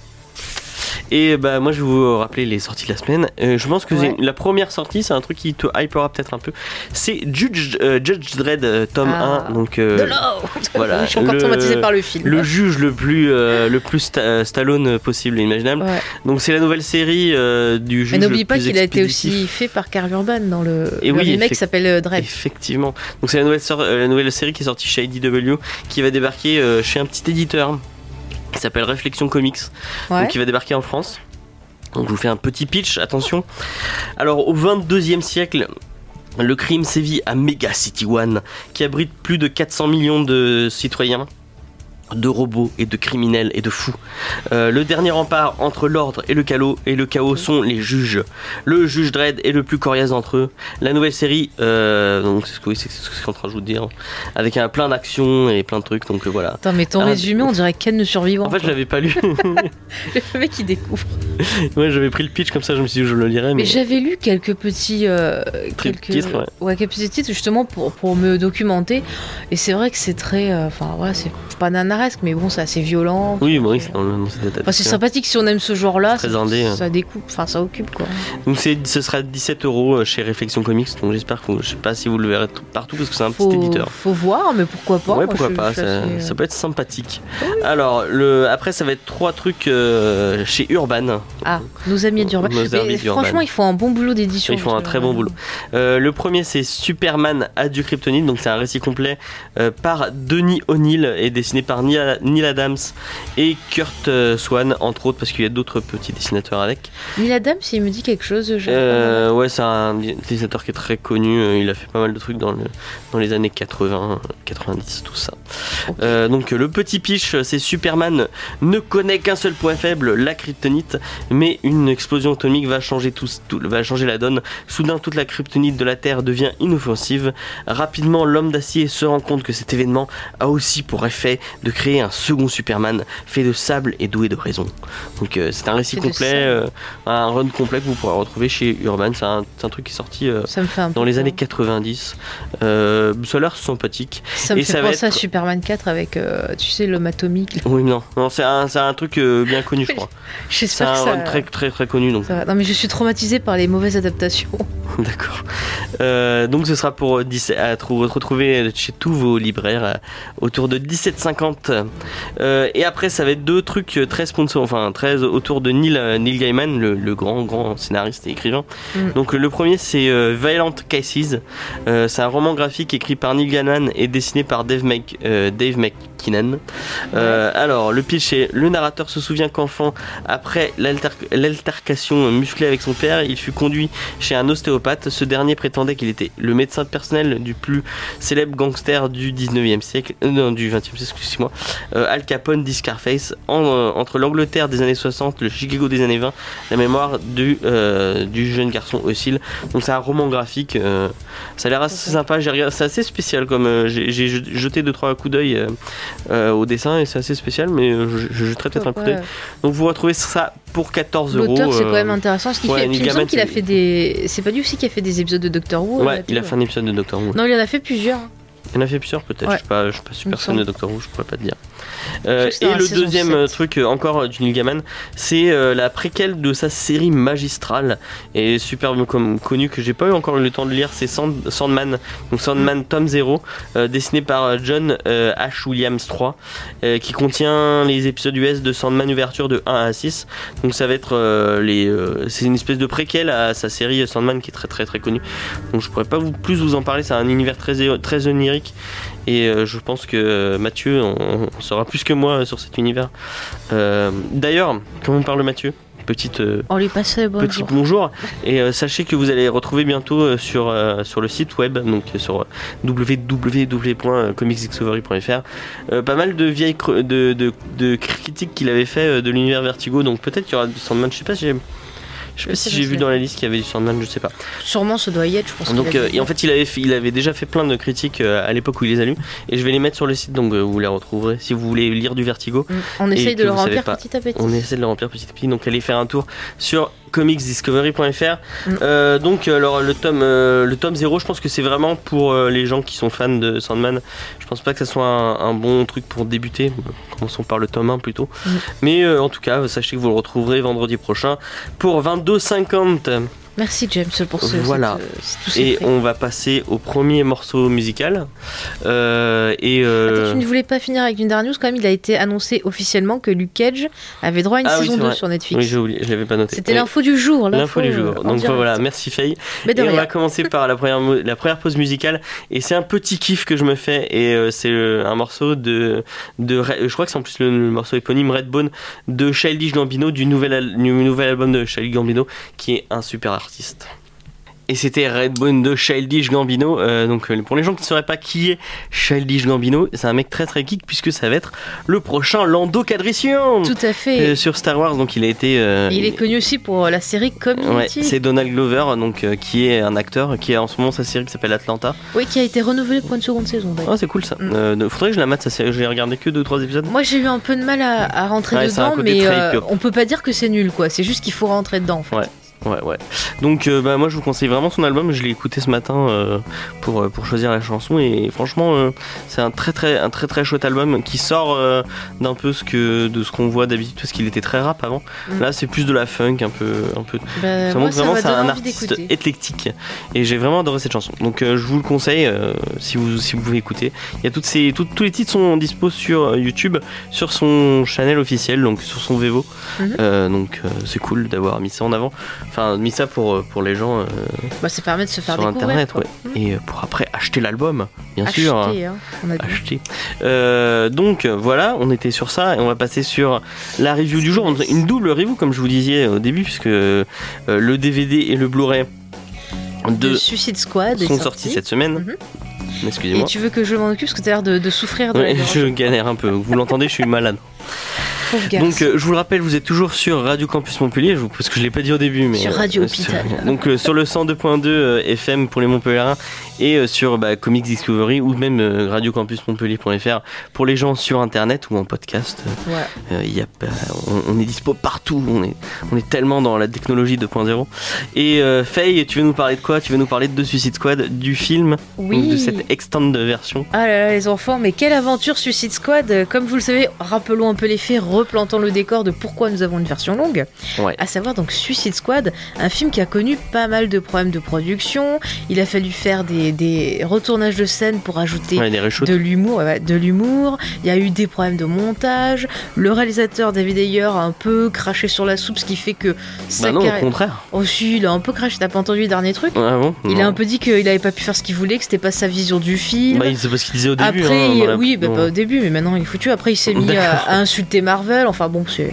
A: Et bah moi je vais vous rappeler les sorties de la semaine. Euh, je pense que
B: Ouais.
A: c'est- la première sortie c'est un truc qui te hypera peut-être un peu. C'est Judge, euh, Judge Dredd euh, tome
B: Ah.
A: 1. Donc euh,
B: de l'eau
A: voilà,
B: Je suis encore
A: le-
B: traumatisée par le film.
A: le juge le plus euh, le plus sta- euh, Stallone possible et imaginable.
B: Ouais.
A: Donc c'est la nouvelle série euh, du
B: Mais
A: juge.
B: n'oublie
A: le
B: pas
A: plus
B: qu'il a été
A: expéditif.
B: aussi fait par Carl Urban dans le,
A: Et
B: le
A: oui,
B: remake qui
A: effect-
B: s'appelle euh, Drive.
A: Effectivement. Donc c'est la nouvelle, sor- euh, la nouvelle série qui est sortie chez IDW qui va débarquer euh, chez un petit éditeur qui s'appelle Réflexion Comics.
B: Ouais.
A: donc il va débarquer en France. Donc je vous fais un petit pitch, attention. Alors au 22e siècle, le crime sévit à Mega City One, qui abrite plus de 400 millions de citoyens, de robots et de criminels et de fous. Euh, le dernier rempart entre l'ordre et le chaos, et le chaos sont les juges. Le juge Dredd est le plus coriace d'entre eux. La nouvelle série, euh, donc c'est ce que oui, c'est ce que je suis en train de vous dire, avec un plein d'actions et plein de trucs. Donc euh, voilà.
B: Attends, mais ton
A: Ah,
B: résumé, on dirait Ken le survivant.
A: En fait, je l'avais pas lu.
B: le mec, il découvre.
A: Ouais, j'avais pris le pitch comme ça, je me suis dit je le lirai, mais.
B: Mais j'avais lu quelques petits euh, quelques...
A: titres, ouais.
B: quelques petits titres justement pour, pour me documenter. Et c'est vrai que c'est très. euh, Enfin, voilà, c'est pas un pittoresque, mais bon, c'est assez violent.
A: Oui, bon, oui, c'est dans le- dans cette
B: Enfin, c'est sympathique si on aime ce genre-là.
A: Très
B: ça-
A: indé, hein.
B: Ça découpe, enfin, ça occupe quoi.
A: Donc c'est- ce sera 17 euros euh, chez Réflexion Comics. Donc j'espère que vous- je sais pas si vous le verrez tout- partout parce que c'est un
B: Faut,
A: petit éditeur.
B: faut voir, mais pourquoi pas
A: ouais,
B: moi,
A: pourquoi
B: je-
A: pas,
B: je suis
A: ça,
B: assez, euh, Ah
A: ça peut être sympathique. Alors, le, après, ça va être trois trucs euh, chez Urban.
B: Ah, nos amis d'Urban.
A: Nos amis
B: Mais
A: d'Urban.
B: Franchement, ils font un bon boulot d'édition.
A: Ils font un
B: parce que-
A: très bon boulot. Euh, le premier, c'est Superman à du Kryptonite. Donc, c'est un récit complet euh, par Denis O'Neill et dessiné par Neil Neil Adams et Kurt euh, Swan, entre autres, parce qu'il y a d'autres petits dessinateurs avec.
B: Neil Adams, il me dit quelque chose. Je...
A: Euh, ouais, c'est un dessinateur qui est très connu. Euh, Il a fait pas mal de trucs dans, le, dans les années 80, 90, tout ça.
B: Ok.
A: Euh, donc, euh, le petit pitch, c'est Superman ne connaît qu'un seul point faible, la kryptonite. Mais une explosion atomique va changer, tout, tout- va changer la donne. Soudain, toute la kryptonite de la Terre devient inoffensive. Rapidement, l'homme d'acier se rend compte que cet événement a aussi pour effet de créer un second Superman fait de sable et doué de raison. Donc, euh, c'est un récit
B: Fait de
A: complet.
B: sable.
A: euh, un run complet que vous pourrez retrouver chez Urban. C'est un, c'est un truc qui est sorti euh,
B: Ça me fait un peu
A: dans les
B: peur.
A: années 90. Euh, ça a l'air sympathique.
B: Ça me
A: et
B: fait
A: ça va
B: penser à
A: être-
B: Superman 4 avec, euh, tu sais, l'homme atomique.
A: Oui, non, non c'est un, c'est un truc euh, bien connu, je crois. C'est
B: J'espère
A: un
B: que ça.
A: run très, très, très connu. Donc,
B: ça va. Non, mais je suis traumatisée par les mauvaises adaptations.
A: d'accord. Euh, donc, ce sera pour 10 à trou- retrouver chez tous vos libraires euh, autour de 17,50. Euh, et après, ça va être deux trucs euh, très sponsors, enfin, très autour de Neil, euh, Neil Gaiman, le, le grand, grand scénariste et écrivain.
B: Mm.
A: Donc, le premier, c'est euh, Violent Cases. Euh, c'est un roman graphique écrit par Neil Gaiman et dessiné par Dave, Mc- euh, Dave McKinnon. Euh, alors, le pitch est le narrateur se souvient qu'enfant, après l'alter- l'altercation musclée avec son père, il fut conduit chez un ostéopathe. Ce dernier prétendait qu'il était le médecin personnel du plus célèbre gangster du 19e siècle, euh, non, du 20e siècle, excusez-moi, euh, Al Capone, dit Scarface. En, euh, entre l'Angleterre des années 60, le Chicago des années 20, la mémoire du, euh, du jeune garçon oscille. Donc, c'est un roman graphique. euh, ça a l'air assez
B: Ok.
A: sympa. j'ai regardé- C'est assez spécial comme euh, j'ai j'ai jeté deux trois coups d'œil euh, euh, au dessin et c'est assez spécial, mais euh, je, je jetterai peut-être un coup d'œil.
B: Ouais.
A: Donc vous retrouvez ça pour 14 euros.
B: euh, L'auteur, c'est quand
A: euh,
B: même intéressant. Ce qu'il
A: ouais,
B: fait. Puis
A: Neil
B: il me semble
A: Gaiman,
B: qu'il a
A: c'est-
B: fait des. C'est pas lui aussi qui a fait des épisodes de Doctor Who.
A: Ouais,
B: euh,
A: il a
B: tout.
A: fait un épisode de Doctor Who.
B: Non, il en a fait plusieurs.
A: Il en a fait plusieurs peut-être.
B: Ouais.
A: Je suis pas, je suis pas
B: Il
A: super
B: me
A: fan de Doctor Who, je pourrais pas te dire. Euh,
B: Je sais que c'est
A: et
B: dans la
A: le
B: saison
A: deuxième
B: sept.
A: euh, truc euh, encore euh, du Neil Gaiman, c'est euh, la préquelle de sa série magistrale et superbe comme connue que j'ai pas eu encore eu le temps de lire, c'est Sand- Sandman. Donc Sandman
B: Mm.
A: tome 0 euh, dessiné par euh, John euh, H. Williams 3 euh, qui contient les épisodes US de Sandman ouverture de 1 à 6. Donc ça va être euh, les euh, c'est une espèce de préquelle à sa série euh, Sandman qui est très très très connue. Donc je pourrais pas vous, plus vous en parler, c'est un univers très très onirique et euh, je pense que euh, Mathieu en, en saura plus que moi sur cet univers. Euh, D'ailleurs, comme on parle de Mathieu, petite euh,
B: On lui passe le bonjour.
A: petit bonjour. Et euh, sachez que vous allez retrouver bientôt euh, sur, euh, sur le site web, donc euh, sur www.comicsdiscovery.fr, euh, pas mal de vieilles cre- de, de- de critiques qu'il avait fait euh, de l'univers Vertigo. Donc peut-être qu'il y aura du Sandman. Je sais pas si j'ai. Je sais pas
B: Je
A: si
B: sais,
A: j'ai
B: je
A: vu
B: sais.
A: dans la liste qu'il y avait du Sandman, je sais pas.
B: Sûrement, ce doit y être, je pense. qu'il
A: Donc,
B: a
A: euh,
B: dû-
A: et en fait, il avait, fait- il avait déjà fait plein de critiques euh, à l'époque où il les a lues, et je vais les mettre sur le site, donc euh, vous les retrouverez si vous voulez lire du Vertigo.
B: Mm. On
A: et
B: essaye
A: que
B: de le
A: vous savez
B: remplir
A: pas.
B: petit à petit.
A: On essaie de le remplir petit à petit, donc allez faire un tour sur comicsdiscovery.fr.
B: Mm.
A: Euh, donc alors le tome euh, le tome 0, je pense que c'est vraiment pour euh, les gens qui sont fans de Sandman. Je pense pas que ça soit un, un bon truc pour débuter. Commençons par le tome 1 plutôt.
B: Mm.
A: Mais euh, en tout cas, sachez que vous le retrouverez vendredi prochain pour 22,50.
B: Merci, James, pour ce.
A: Voilà.
B: cette, euh, c'est tout ce
A: Et
B: prêt.
A: on va passer au premier morceau musical. Euh, et euh,
B: Attends, tu ne voulais pas finir avec une dernière news quand même. Il a été annoncé officiellement que Luke Cage avait droit à une
A: Ah oui,
B: saison
A: c'est
B: 2
A: vrai.
B: sur Netflix.
A: oui, j'ai oublié, je l'avais pas noté.
B: C'était
A: Oui,
B: l'info du jour.
A: L'info du
B: euh,
A: jour.
B: en
A: Donc
B: direct.
A: voilà, merci Faye.
B: Mais de
A: Et on
B: rien.
A: va commencer par la première, mo- la première pause musicale. Et c'est un petit kiff que je me fais. Et euh, c'est euh, un morceau de, de. Re- Je crois que c'est en plus le, le morceau éponyme Redbone de Childish Gambino, du nouvel, al- du nouvel album de Childish Gambino, qui est un super artiste. Et c'était Redbone de Childish Gambino. Euh, donc euh, pour les gens qui ne sauraient pas qui est Childish Gambino, c'est un mec très très geek puisque ça va être le prochain Lando Calrissian
B: Tout à fait.
A: euh, sur Star Wars. Donc il a été. euh,
B: Et il est connu aussi pour euh, la série
A: Ouais,
B: Community,
A: c'est Donald Glover, donc euh, qui est un acteur, qui a en ce moment sa série qui s'appelle Atlanta.
B: oui, qui a été renouvelé pour une seconde saison. d'ailleurs.
A: Ah, c'est cool ça.
B: Mm.
A: Euh, faudrait que je la mate, ça, c'est- j'ai regardé que 2-3 épisodes.
B: Moi, j'ai eu un peu de mal à, à rentrer
A: Ouais, c'est un
B: dedans,
A: côté
B: mais
A: très
B: euh,
A: hip-hop.
B: on peut pas dire que c'est nul, quoi. C'est juste qu'il faut rentrer dedans. En fait.
A: Ouais. ouais, ouais. Donc, euh, bah, moi, je vous conseille vraiment son album. Je l'ai écouté ce matin euh, pour, euh, pour choisir la chanson. Et franchement, euh, c'est un très, très, un très, très chouette album qui sort euh, d'un peu ce que, de ce qu'on voit d'habitude, parce qu'il était très rap avant.
B: Mm.
A: Là, c'est plus de la funk, un peu. Un peu.
B: Bah,
A: Ça
B: moi,
A: montre
B: ça
A: vraiment
B: m'a
A: c'est
B: donné
A: un
B: envie
A: artiste
B: d'écouter.
A: éclectique. Et j'ai vraiment adoré cette chanson. Donc, euh, je vous le conseille euh, si, vous, si vous pouvez écouter. Il y a toutes ces, tout- tous les titres sont dispo sur euh, YouTube, sur son channel officiel, donc sur son Vevo.
B: Mhm.
A: Euh, donc, euh, c'est cool d'avoir mis ça en avant. Enfin, mis ça pour, euh, pour les gens. euh,
B: Bah, ça permet de se faire
A: sur
B: découvrir.
A: internet,
B: quoi.
A: ouais.
B: Mm.
A: Et euh, pour après acheter l'album, bien
B: Acheter,
A: sûr. hein.
B: hein, on a dit.
A: Acheter. Euh, donc euh, voilà, on était sur ça et on va passer sur la review du jour. On a Une double review, comme je vous disais au début, puisque euh, le DVD et le Blu-ray
B: de
A: de
B: Suicide Squad est
A: sont sortis
B: sorti.
A: cette semaine.
B: Mhm.
A: Mais
B: Et
A: Excusez-moi.
B: tu Ah bah, veux que je m'en occupe parce que t'as l'air de, de souffrir de
A: Ouais,
B: la gorge,
A: je galère un peu. Vous l'entendez, je suis malade.
B: pauvre garce.
A: Donc, euh, je vous le rappelle, vous êtes toujours sur Radio Campus Montpellier, je vous- parce que je l'ai pas dit au début, mais
B: Sur Radio
A: euh,
B: Hôpital.
A: sur- donc, euh, sur le 102.2 euh, FM pour les Montpellierins et euh, sur bah, Comics Discovery ou même euh, radiocampusmontpellier.fr pour les gens sur Internet ou en podcast.
B: Ouais.
A: Euh, il y a pas- on, on est dispo partout. On est, on est tellement dans la technologie 2.0. Et euh, Faye, tu veux nous parler de quoi Tu veux nous parler de Suicide Squad, du film, donc
B: Oui.
A: de cette extended version.
B: Ah là là, les enfants, mais quelle aventure Suicide Squad Euh, Comme vous le savez, rappelons un peu les faits, replantant le décor de pourquoi nous avons une version longue.
A: Ouais.
B: À savoir donc Suicide Squad, un film qui a connu pas mal de problèmes de production. Il a fallu faire des, des retournages de scènes pour ajouter
A: Ouais, des reshoots.
B: de l'humour, ouais, ouais, de l'humour. Il y a eu des problèmes de montage. Le réalisateur David Ayer a un peu craché sur la soupe, ce qui fait que
A: Bah
B: sa
A: non, au
B: carrière.
A: contraire.
B: Oh si, il a un peu craché. T'as pas entendu le dernier truc
A: Ah bon
B: Il
A: Non.
B: a un peu dit qu'il avait pas pu faire ce qu'il voulait, que c'était pas sa vision du film.
A: Bah, c'est parce qu'il disait au début.
B: Après,
A: hein,
B: il-
A: dans la-
B: oui, bah,
A: dans-
B: pas au début, mais maintenant il est foutu. Après, il s'est mis à,
A: D'accord.
B: à insulter Marvel. Enfin bon, c'est.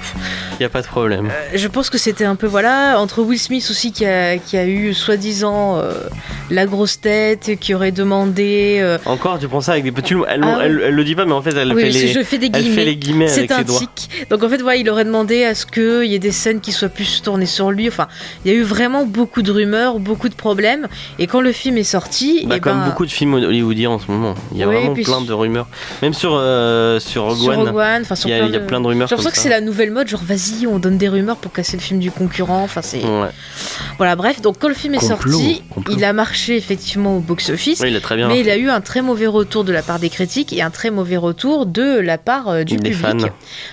A: Y a pas de problème.
B: Je pense que c'était un peu voilà entre Will Smith aussi qui a, qui a eu soi-disant euh, la grosse tête, qui aurait demandé. euh,
A: Encore, tu prends ça avec des petits mots. Elle,
B: Ah ouais.
A: elle, elle le dit pas, mais en fait, elle,
B: oui,
A: fait,
B: c'est-
A: les,
B: je fais des
A: elle fait
B: guillemets.
A: les guillemets avec
B: C'est un
A: ses doigts.
B: tic. Donc en fait, voilà, il aurait demandé à ce qu'il y ait des scènes qui soient plus tournées sur lui. Enfin, il y a eu vraiment beaucoup de rumeurs, beaucoup de problèmes. Et quand le film est sorti,
A: Bah,
B: eh
A: comme
B: ben,
A: beaucoup de films hollywoodiens en ce moment. Il y a
B: Oui,
A: vraiment
B: puis
A: plein
B: sur-
A: de rumeurs. Même sur, euh, sur Rogue
B: sur
A: One,
B: Rogue One, enfin sur
A: il y, a-
B: plein
A: il y a
B: de-
A: plein de rumeurs.
B: J'ai
A: Comme ça.
B: l'impression que c'est la nouvelle mode, genre vas-y, on donne des rumeurs pour casser le film du concurrent. Enfin, c'est.
A: Ouais.
B: Voilà, bref, donc quand le film est
A: Complot,
B: sorti,
A: complot.
B: il a marché effectivement au box-office,
A: Oui, il a très bien.
B: mais il a eu un très mauvais retour de la part des critiques et un très mauvais retour de la part euh, du
A: Des
B: public.
A: fans.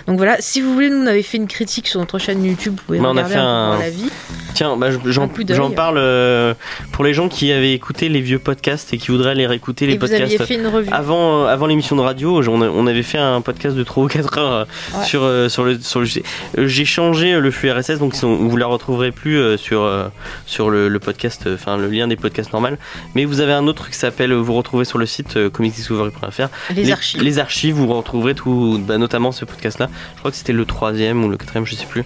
B: Donc voilà, si vous voulez, nous on avait fait une critique sur notre chaîne YouTube, vous pouvez
A: Mais on a
B: regarder
A: fait
B: un peu
A: un-
B: pour la vie.
A: Tiens, bah, je-
B: Un
A: j'en
B: coup d'œil.
A: j'en parle euh, pour les gens qui avaient écouté les vieux podcasts et qui voudraient aller réécouter les
B: et vous aviez
A: podcasts.
B: fait une revue.
A: Avant, euh, avant l'émission de radio, on, a- on avait fait un podcast de 3 ou 4 heures euh,
B: Ouais.
A: sur, euh, sur le. Sur le euh, J'ai changé euh, le flux RSS, donc ils sont- vous ne la retrouverez plus euh, sur, euh, sur le, le podcast, euh, enfin le lien des podcasts normal. Mais vous avez un autre truc qui s'appelle, euh, vous retrouvez sur le site euh, comicsdiscovery.fr.
B: les, archives.
A: Les archives, vous retrouverez tout, bah, notamment ce podcast-là. Je crois que c'était le troisième ou le quatrième, je sais plus.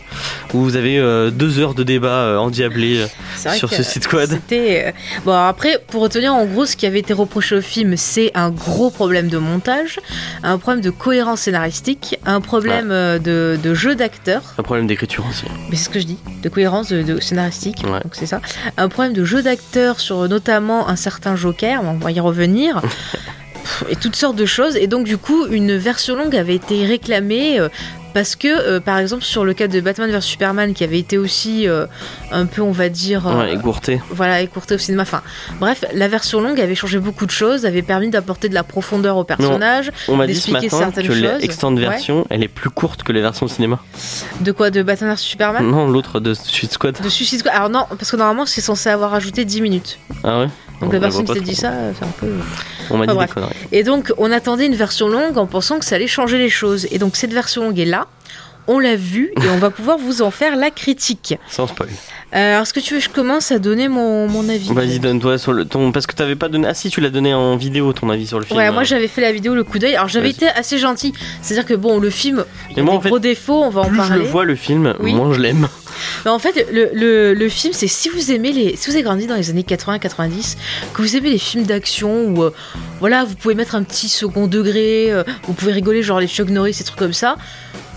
A: Où vous avez euh, deux heures de débat euh, endiablé euh,
B: C'est vrai
A: sur
B: que
A: ce site quad.
B: C'était. euh, Bon, alors après, pour retenir, en gros, ce qui avait été reproché au film, c'est un gros problème de montage, un problème de cohérence scénaristique, un problème euh, de, de jeu d'acteur.
A: Un problème d'écriture aussi.
B: Mais c'est ce que je dis, de cohérence de, de scénaristique,
A: Ouais.
B: donc c'est ça. Un problème de jeu d'acteur sur notamment un certain Joker, mais on va y revenir. Pff, Et toutes sortes de choses. Et donc, du coup, une version longue avait été réclamée euh, parce que, euh, par exemple, sur le cas de Batman vs Superman, qui avait été aussi euh, un peu, on va dire, euh,
A: Ouais, et Gourté.
B: voilà, écourté au cinéma. Enfin, bref, la version longue avait changé beaucoup de choses, avait permis d'apporter de la profondeur au personnage.
A: On m'a dit ce
B: d'expliquer
A: matin
B: certaines
A: que
B: choses.
A: l'extended
B: Ouais.
A: version, elle est plus courte que les versions cinéma.
B: De quoi De Batman vs Superman
A: Non, l'autre de Suicide Squad.
B: De Suicide Squad Alors non, parce que normalement, c'est censé avoir ajouté 10 minutes.
A: Ah ouais
B: Donc
A: On
B: la
A: la
B: personne qui
A: voit
B: t'a
A: pas
B: dit
A: trop.
B: ça, c'est un peu...
A: On m'a dit
B: Enfin,
A: des
B: bref.
A: conneries.
B: Et donc, on attendait une version longue en pensant que ça allait changer les choses. Et donc, cette version longue est là. On l'a vue et on va pouvoir vous en faire la critique.
A: Sans spoil.
B: Euh, alors, est-ce que tu veux que je commence à donner mon, mon avis
A: Vas-y, donne-toi sur le ton. Parce que t'avais pas donné. Ah si, tu l'as donné en vidéo ton avis sur le film.
B: Ouais, moi j'avais fait la vidéo le coup d'œil. Alors j'avais
A: Vas-y.
B: été assez gentil. C'est-à-dire que bon, le film, il y
A: Mais
B: a
A: moi,
B: des
A: en fait,
B: gros défauts, on va en
A: Plus je
B: parler.
A: le vois le film,
B: Oui.
A: moins je l'aime.
B: Mais Bah, en fait, le, le- le film, c'est si vous aimez les, si vous avez grandi dans les années 80-90, que vous aimez les films d'action où, euh, voilà, vous pouvez mettre un petit second degré, euh, vous pouvez rigoler genre les Chuck Norris, ces trucs comme ça.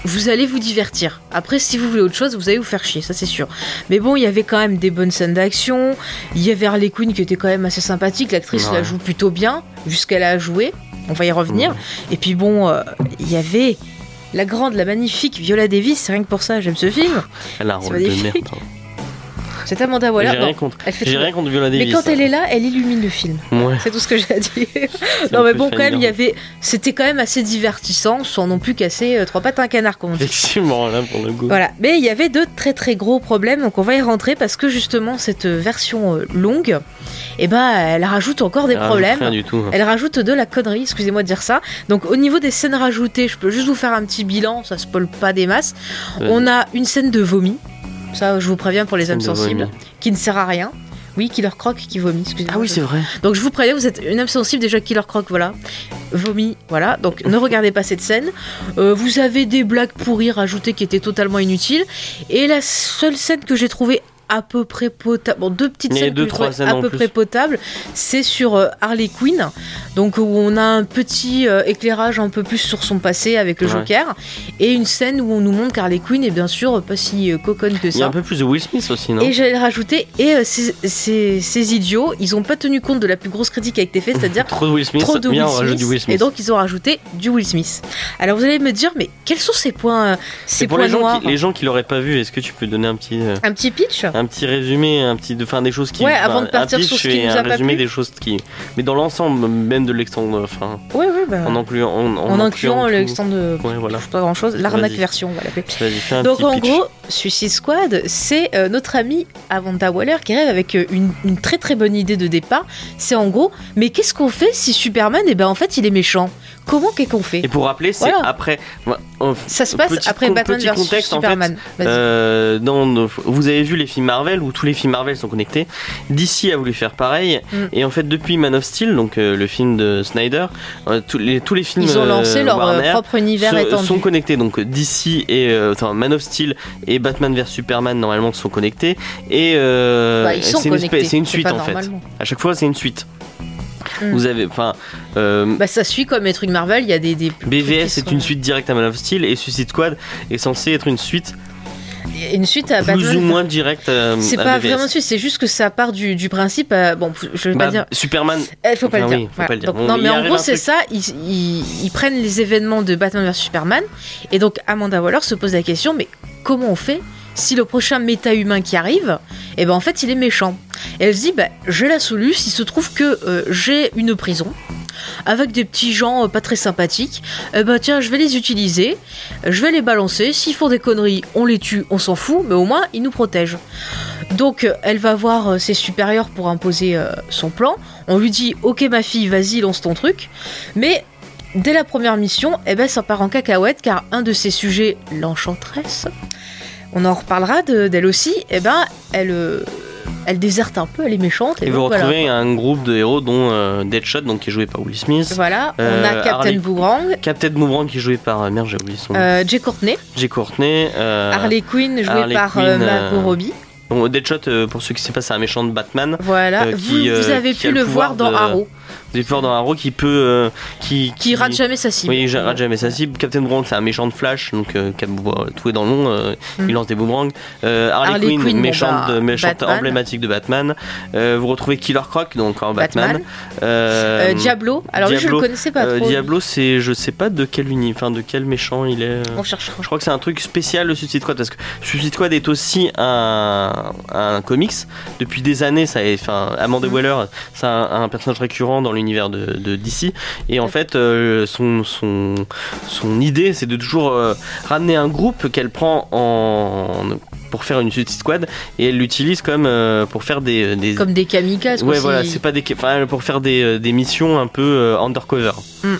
B: Vous allez vous divertir. Après, si vous voulez autre chose, vous allez vous faire chier, ça c'est sûr. Mais bon, il y avait quand même des bonnes scènes d'action. Il y avait Harley Quinn qui était quand même assez sympathique. L'actrice
A: Ouais.
B: la joue plutôt bien, vu ce qu'elle a joué. On va y revenir. Et puis bon, euh, il y avait la grande, la magnifique Viola Davis. C'est rien que pour ça, j'aime ce film.
A: Elle a un
B: C'est
A: rôle de merde.
B: magnifique.
A: hein.
B: Cette Amanda Waller.
A: J'ai rien
B: non,
A: contre.
B: elle fait
A: J'ai
B: trop-
A: rien contre Viola Davis.
B: Mais quand elle est là, elle illumine le film.
A: hein. Ouais,
B: C'est tout ce que j'ai à dire.
A: c'est un
B: Non mais
A: peu
B: bon, quand même, il y
A: fatigant.
B: avait, c'était quand même assez divertissant, sans non plus casser euh, trois pattes à un canard, comme on dit.
A: Effectivement, là pour le coup.
B: Voilà, mais il y avait de très très gros problèmes, donc on va y rentrer parce que justement cette version euh, longue, eh ben, elle rajoute encore des
A: Elle rajoute
B: problèmes.
A: Rien du tout. hein.
B: Elle rajoute de la connerie, excusez-moi de dire ça. Donc au niveau des scènes rajoutées, je peux juste vous faire un petit bilan, ça spoil pas des masses.
A: Vas-y.
B: On a une scène de vomi, ça je vous préviens pour les âmes
A: Scène de
B: sensibles,
A: vomi.
B: qui ne sert à rien. Oui, qui leur croque, qui vomit, excusez-moi.
A: Ah oui,
B: je-
A: c'est vrai.
B: donc je vous préviens, vous êtes une âme sensible déjà qui leur croque, voilà. Vomi, voilà. Donc ne regardez pas cette scène. Euh, vous avez des blagues pourries rajoutées qui étaient totalement inutiles. Et la seule scène que j'ai trouvée à peu près potable, bon deux petites
A: Il y a
B: scènes, que
A: deux,
B: j'ai
A: trois
B: trouvées
A: scènes
B: à
A: en
B: peu
A: plus.
B: près potable, c'est sur euh, Harley Quinn, donc où on a un petit euh, éclairage un peu plus sur son passé avec le
A: Ouais.
B: Joker, et une scène où on nous montre qu'Harley Quinn est bien sûr pas si euh, coconne que
A: Il y a
B: ça.
A: un peu plus de Will Smith aussi, non
B: Et j'allais le rajouter, et euh, ces, ces- ces idiots, ils ont pas tenu compte de la plus grosse critique qui a été faite, c'est-à-dire
A: Trop de Will Smith.
B: trop de Will
A: Bien, on
B: Smith,
A: rajoute du Will Smith.
B: Et donc ils ont rajouté du Will Smith. Alors vous allez me dire, mais quels sont ces points, euh, ces
A: Et pour
B: points
A: les gens,
B: noirs
A: qui, les gens qui l'auraient pas vu, est-ce que tu peux donner un petit, euh,
B: Un petit pitch
A: un petit résumé, un petit, de- enfin des choses qui,
B: Ouais,
A: enfin,
B: avant de
A: un
B: partir sur
A: pitch
B: ce qui
A: et
B: nous
A: un
B: a pas
A: résumé
B: plu.
A: des choses qui, mais dans l'ensemble même de l'extend, enfin
B: Ouais, ouais, bah,
A: en
B: en,
A: incluant, en, en
B: incluant
A: tout.
B: le stand de.
A: Ouais, voilà.
B: Pas grand chose, l'arnaque
A: Vas-y.
B: version, on va l'appeler.
A: Vas-y, fais un
B: Donc
A: petit
B: en
A: pitch.
B: gros, Suicide Squad, c'est euh, notre amie Amanda Waller qui rêve avec euh, une, une très très bonne idée de départ. C'est en gros, mais qu'est-ce qu'on fait si Superman, et ben en fait il est méchant Comment qu'est-ce qu'on fait
A: Et pour rappeler, c'est
B: Voilà.
A: après. bah, euh,
B: Ça se passe
A: petit
B: après
A: con-
B: Batman
A: petit
B: vs
A: contexte, en fait,
B: Superman. Vas-y.
A: euh, dans nos- vous avez vu les films Marvel où tous les films Marvel sont connectés. DC a voulu faire pareil.
B: Mm.
A: Et en fait, depuis Man of Steel, donc euh, le film de Snyder, euh, tous, les, tous les films
B: Ils ont
A: euh,
B: lancé leur euh,
A: Warner
B: propre univers
A: se-
B: étendu.
A: sont connectés. Donc DC et euh, enfin, Man of Steel et Batman vs Superman normalement sont connectés. Et euh,
B: Bah, ils sont
A: c'est une, espèce-
B: connectés.
A: c'est une
B: c'est
A: suite
B: pas
A: en fait.
B: normalement.
A: À chaque fois, c'est une suite.
B: Mm.
A: Vous avez, enfin, euh,
B: Bah, ça suit comme les trucs Marvel, il y a des. des trucs qui
A: BVS est
B: sont-
A: une suite directe à Man of Steel et Suicide Squad est censé être une suite
B: euh, Une suite à
A: plus
B: Batman.
A: ou moins directe euh,
B: C'est
A: à
B: pas
A: BVS.
B: vraiment une suite, c'est juste que ça part du, du principe. euh, bon, je vais
A: Bah,
B: pas dire.
A: Superman,
B: Il Euh, faut pas le
A: enfin,
B: dire.
A: Ah oui, faut pas le dire.
B: Donc,
A: Bon,
B: non,
A: il
B: mais en
A: arrive
B: gros,
A: un
B: c'est
A: truc.
B: ça. Ils, ils- ils prennent les événements de Batman vs Superman. Et donc, Amanda Waller se pose la question mais comment on fait si le prochain méta-humain qui arrive, eh ben en fait, il est méchant Et elle se dit bah, j'ai la solution. Il se trouve que euh, j'ai une prison avec des petits gens euh, pas très sympathiques. Eh ben tiens, je vais les utiliser. Je vais les balancer. S'ils font des conneries, on les tue, on s'en fout. Mais au moins, ils nous protègent. Donc, euh, elle va voir euh, ses supérieurs pour imposer euh, son plan. On lui dit Ok, ma fille, vas-y, lance ton truc. Mais dès la première mission, eh ben, ça part en cacahuète car un de ses sujets, l'enchantresse, on en reparlera de- d'elle aussi, eh ben, elle, euh, elle déserte un peu, elle est méchante. Et,
A: et
B: donc,
A: vous
B: voilà.
A: retrouvez un groupe de héros dont euh, Deadshot, donc qui est joué par Will Smith,
B: Voilà, on
A: Euh,
B: a Captain
A: Harley-
B: Boomerang,
A: Captain Boomerang qui est joué par euh, merde j'ai oublié son nom.
B: euh, Jay Courtney,
A: Jay Courtney, euh,
B: Harley Quinn jouée
A: Harley
B: par
A: Quinn,
B: euh,
A: euh,
B: Margot Robbie.
A: bon, Deadshot euh, pour ceux qui ne savent pas c'est un méchant de Batman.
B: Voilà,
A: euh,
B: vous,
A: qui,
B: vous
A: euh,
B: avez
A: qui
B: pu
A: a le
B: le voir dans
A: pouvoir de-
B: Arrow,
A: J'ai peur dans Arrow qui peut euh, qui
B: qui rate jamais sa cible.
A: oui, rate jamais sa cible. Captain Boomerang, c'est un méchant de Flash, donc euh, qui a euh, tout est dans le long. euh,
B: Mm.
A: Il lance des boomerangs. Euh, Harley,
B: Harley
A: Quinn,
B: Quinn, bon,
A: méchante,
B: bah,
A: euh, méchante
B: Batman.
A: emblématique de Batman. Euh, vous retrouvez Killer Croc, donc encore Batman.
B: Batman.
A: Euh,
B: Euh, Diablo, alors lui, je le
A: Diablo,
B: connaissais pas
A: Euh,
B: trop.
A: Diablo, c'est je sais pas de quel uni, enfin de quel méchant il est. euh.
B: On cherchera.
A: Je crois que c'est un truc spécial le Suicide Squad parce que Suicide Squad est aussi un, un comics depuis des années. Ça, est- enfin Amanda
B: Mm.
A: Waller, c'est un, un personnage récurrent dans l'univers de, de DC et en fait euh, son son son idée c'est de toujours euh, ramener un groupe qu'elle prend en pour faire une Suicide Squad et elle l'utilise comme euh, pour faire des, des
B: Comme des kamikazes. quoi,
A: ouais voilà
B: si-
A: c'est pas des enfin pour faire des, euh, des missions un peu euh, undercover
B: Mais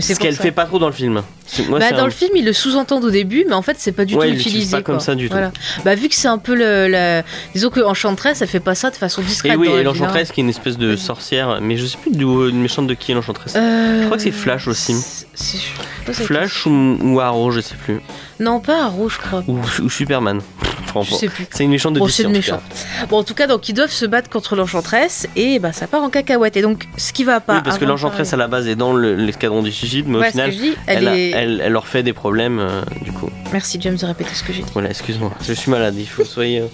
B: c'est
A: ce
B: pour
A: qu'elle
B: ça.
A: fait pas trop dans le film. C'est- Moi,
B: Bah,
A: c'est
B: dans
A: un-
B: le film, ils le sous-entendent au début, mais en fait, c'est pas du
A: Ouais,
B: tout
A: ils l'utilisent
B: utilisé.
A: pas comme
B: quoi.
A: ça du tout.
B: Voilà. Bah, vu que c'est un peu le. la- Disons que Enchantress, elle fait pas ça de façon discrète.
A: Et oui,
B: dans
A: et
B: la vie, hein.
A: l'enchantresse qui est une espèce de
B: Vas-y.
A: sorcière, mais je sais plus d'où euh, une méchante de qui est l'enchantresse.
B: Euh,
A: Je crois que c'est Flash aussi.
B: c'est- c'est- je sais pas, c'est-
A: Flash ou, ou Arrow, je sais plus.
B: Non, pas Arrow, je crois.
A: Ou, ou Superman. Franchement.
B: Je sais plus.
A: C'est une méchante de
B: Bon,
A: DC,
B: c'est
A: en tout
B: méchant. Bon, en tout cas, donc ils doivent se battre contre l'enchantresse et bah ça part en cacahuète. Et donc, ce qui va
A: cas.
B: pas.
A: Oui, parce que
B: Bah, avant de
A: l'enchantresse à
B: parler-
A: la base est dans le- l'escadron du suicide, mais au
B: Ouais, ce que
A: final,
B: je dis, elle,
A: elle, a-
B: est.
A: elle- elle leur fait des problèmes. euh, du coup,
B: Merci, James, de répéter ce que j'ai dit.
A: voilà, excuse-moi, je suis malade. Il faut soyez, euh,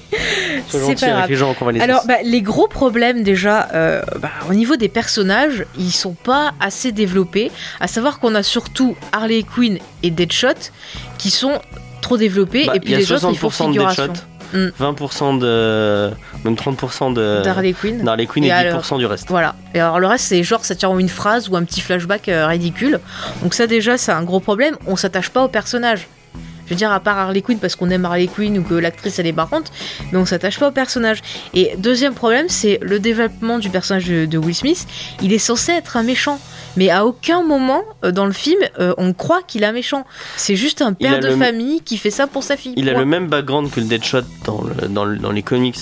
A: soyez
B: C'est
A: gentils
B: pas
A: avec
B: grave.
A: les gens en convalescence.
B: Alors, bah, les gros problèmes déjà, euh, bah, au niveau des personnages, ils sont pas assez développés. À savoir qu'on a surtout Harley Quinn et Deadshot qui sont trop développés
A: Bah,
B: bah, et puis
A: il y a
B: les autres ils font
A: 60% de
B: figuration.
A: Deadshot.
B: Mm.
A: 20% de. Même 30% de.
B: D'Harley Quinn.
A: d'Harley Quinn
B: Et
A: et,
B: alors-
A: 10% du reste.
B: Voilà. Et alors le reste, c'est genre ça tient en une phrase ou un petit flashback euh, ridicule. Donc ça déjà, c'est un gros problème. On s'attache pas au personnage. Je veux dire, à part Harley Quinn, parce qu'on aime Harley Quinn ou que l'actrice elle est marrante, mais on s'attache pas au personnage. Et deuxième problème, c'est le développement du personnage de, de Will Smith. Il est censé être un méchant, mais à aucun moment euh, dans le film euh, on croit qu'il est un méchant. C'est juste un
A: Il
B: père
A: a
B: de
A: le-
B: famille qui fait ça pour sa fille.
A: Il a
B: Point.
A: le même background que le Deadshot dans, le- dans, le- dans les comics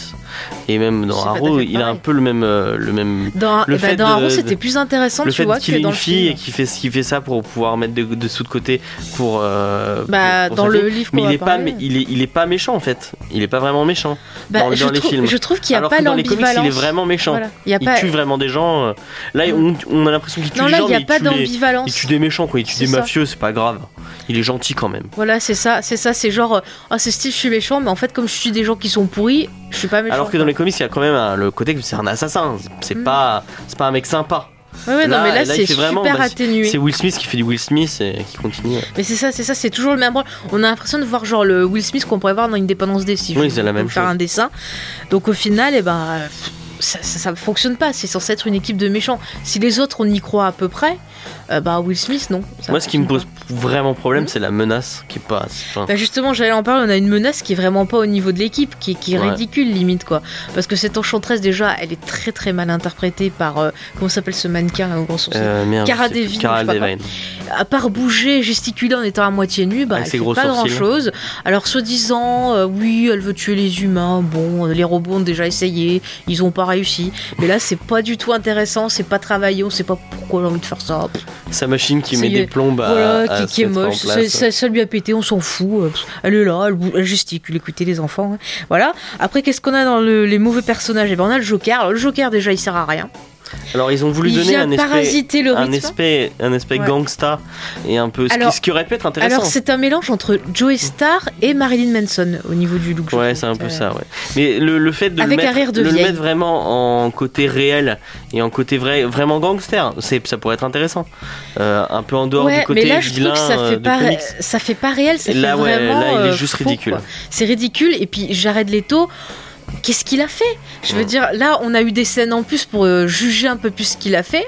A: et même dans
B: C'est pas
A: Arrow,
B: tout à fait
A: il a un
B: pareil.
A: peu le même. euh, le même
B: Dans,
A: le
B: eh ben,
A: fait
B: dans
A: de-
B: Arrow,
A: de-
B: c'était plus intéressant,
A: le
B: tu
A: fait
B: vois,
A: qu'il
B: que
A: ait
B: dans
A: une
B: le
A: fille
B: film.
A: et qu'il fait, qu'il fait ça pour pouvoir mettre de, de sous de côté pour. euh,
B: Bah,
A: pour- pour
B: dans
A: sa
B: le
A: fille.
B: livre qu'on
A: Mais il
B: va
A: est, pas,
B: parler.
A: mais il, est, il est pas méchant en fait. Il est pas vraiment méchant.
B: Bah,
A: dans-
B: je,
A: dans les
B: trouve-
A: films.
B: je trouve qu'il n'y a
A: Alors
B: pas
A: que dans les comics,
B: l'ambivalence.
A: il est vraiment méchant.
B: Voilà. Il y a
A: Il
B: pas...
A: tue vraiment des gens. euh, Là, on, on a l'impression qu'il tue
B: Non,
A: des
B: là,
A: gens,
B: il n'y a
A: mais
B: pas
A: tue les- il
B: d'ambivalence.
A: tue des méchants, quoi. Il tue
B: C'est
A: des
B: ça.
A: mafieux, c'est pas grave. Il est gentil quand même.
B: Voilà, c'est ça, c'est ça, c'est genre, euh, ah, c'est Steve, je suis méchant, mais en fait, comme je suis des gens qui sont pourris, je suis pas méchant.
A: Alors que dans les comics, il y a quand même un- le côté que c'est un assassin. C'est
B: Mm.
A: pas, c'est pas un mec sympa.
B: Ouais, ouais, non,
A: là-
B: mais là,
A: là, il
B: c'est
A: fait
B: super
A: vraiment- bah,
B: atténué.
A: C'est Will Smith qui fait du Will Smith et qui continue.
B: Mais c'est ça, c'est ça, c'est toujours le même rôle. On a l'impression de voir genre le Will Smith qu'on pourrait voir dans Indépendance des si je
A: Oui, c'est la
B: peux
A: même
B: faire
A: chose.
B: un dessin. Donc au final, eh ben, euh, ça, ça, ça fonctionne pas. C'est censé être une équipe de méchants. Si les autres on y croit à peu près, euh, bah Will Smith non. ça
A: Moi, ce qui
B: fonctionne
A: me pose
B: pas.
A: vraiment problème,
B: Mm.
A: c'est la menace qui passe. Enfin,
B: Bah justement, j'allais en parler, on a une menace qui est vraiment pas au niveau de l'équipe, qui, qui est
A: Ouais.
B: ridicule limite quoi. Parce que cette enchanteresse déjà, elle est très très mal interprétée par euh, comment s'appelle ce mannequin là, au grand sourcil.
A: euh, merde, je
B: Cara
A: sais plus.
B: Delevingne,
A: Cara
B: je sais pas
A: Delevingne.
B: À part bouger, gesticuler en étant à moitié nue, bah
A: Avec
B: elle
A: ses
B: fait
A: gros
B: pas grand
A: sourcils.
B: chose. Alors soi-disant, euh, oui, elle veut tuer les humains. Bon, euh, les robots ont déjà essayé, ils ont pas réussi. Mais là, c'est pas du tout intéressant, c'est pas travaillé, on sait pas pourquoi elle a envie de faire ça.
A: Sa machine qui
B: C'est-
A: met des plombes à.
B: voilà,
A: à
B: qui,
A: se
B: qui est
A: mettre en
B: moche, ça,
A: place.
B: ça- ça lui a pété, on s'en fout. euh, pff, Elle est là, elle, bou- elle gesticule, écoutez les enfants. hein. Voilà. Après, qu'est-ce qu'on a dans le- les mauvais personnages Eh ben, on a le Joker. Alors, le Joker, déjà, il sert à rien.
A: Alors, ils ont voulu
B: il
A: donner
B: vient
A: un aspect.
B: parasiter le
A: Un
B: rythme.
A: aspect, un aspect
B: Ouais.
A: gangsta et un peu. ce qui-
B: Alors-
A: ce qui aurait pu être intéressant.
B: Alors, c'est un mélange entre Joey Starr et Marilyn Manson au niveau du look. je
A: Ouais,
B: trouve.
A: c'est un peu
B: Euh,
A: ça, ouais. Mais le, le fait de, le
B: Avec un
A: mettre,
B: rire de
A: le
B: vieille.
A: mettre vraiment en côté réel et en côté vrai, vraiment gangster, c'est, ça pourrait être intéressant. Euh, un peu en dehors
B: Ouais,
A: du côté
B: mais là je trouve
A: vilain
B: que ça
A: euh,
B: fait
A: de
B: pas,
A: comics.
B: ça fait pas réel, ça
A: Et là,
B: fait
A: ouais,
B: vraiment.
A: là, il est
B: euh,
A: juste
B: faux,
A: ridicule.
B: quoi. C'est ridicule. Et puis Jared Leto, qu'est-ce qu'il a fait Je veux
A: Mm.
B: dire, là, on a eu des scènes en plus pour euh, juger un peu plus ce qu'il a fait,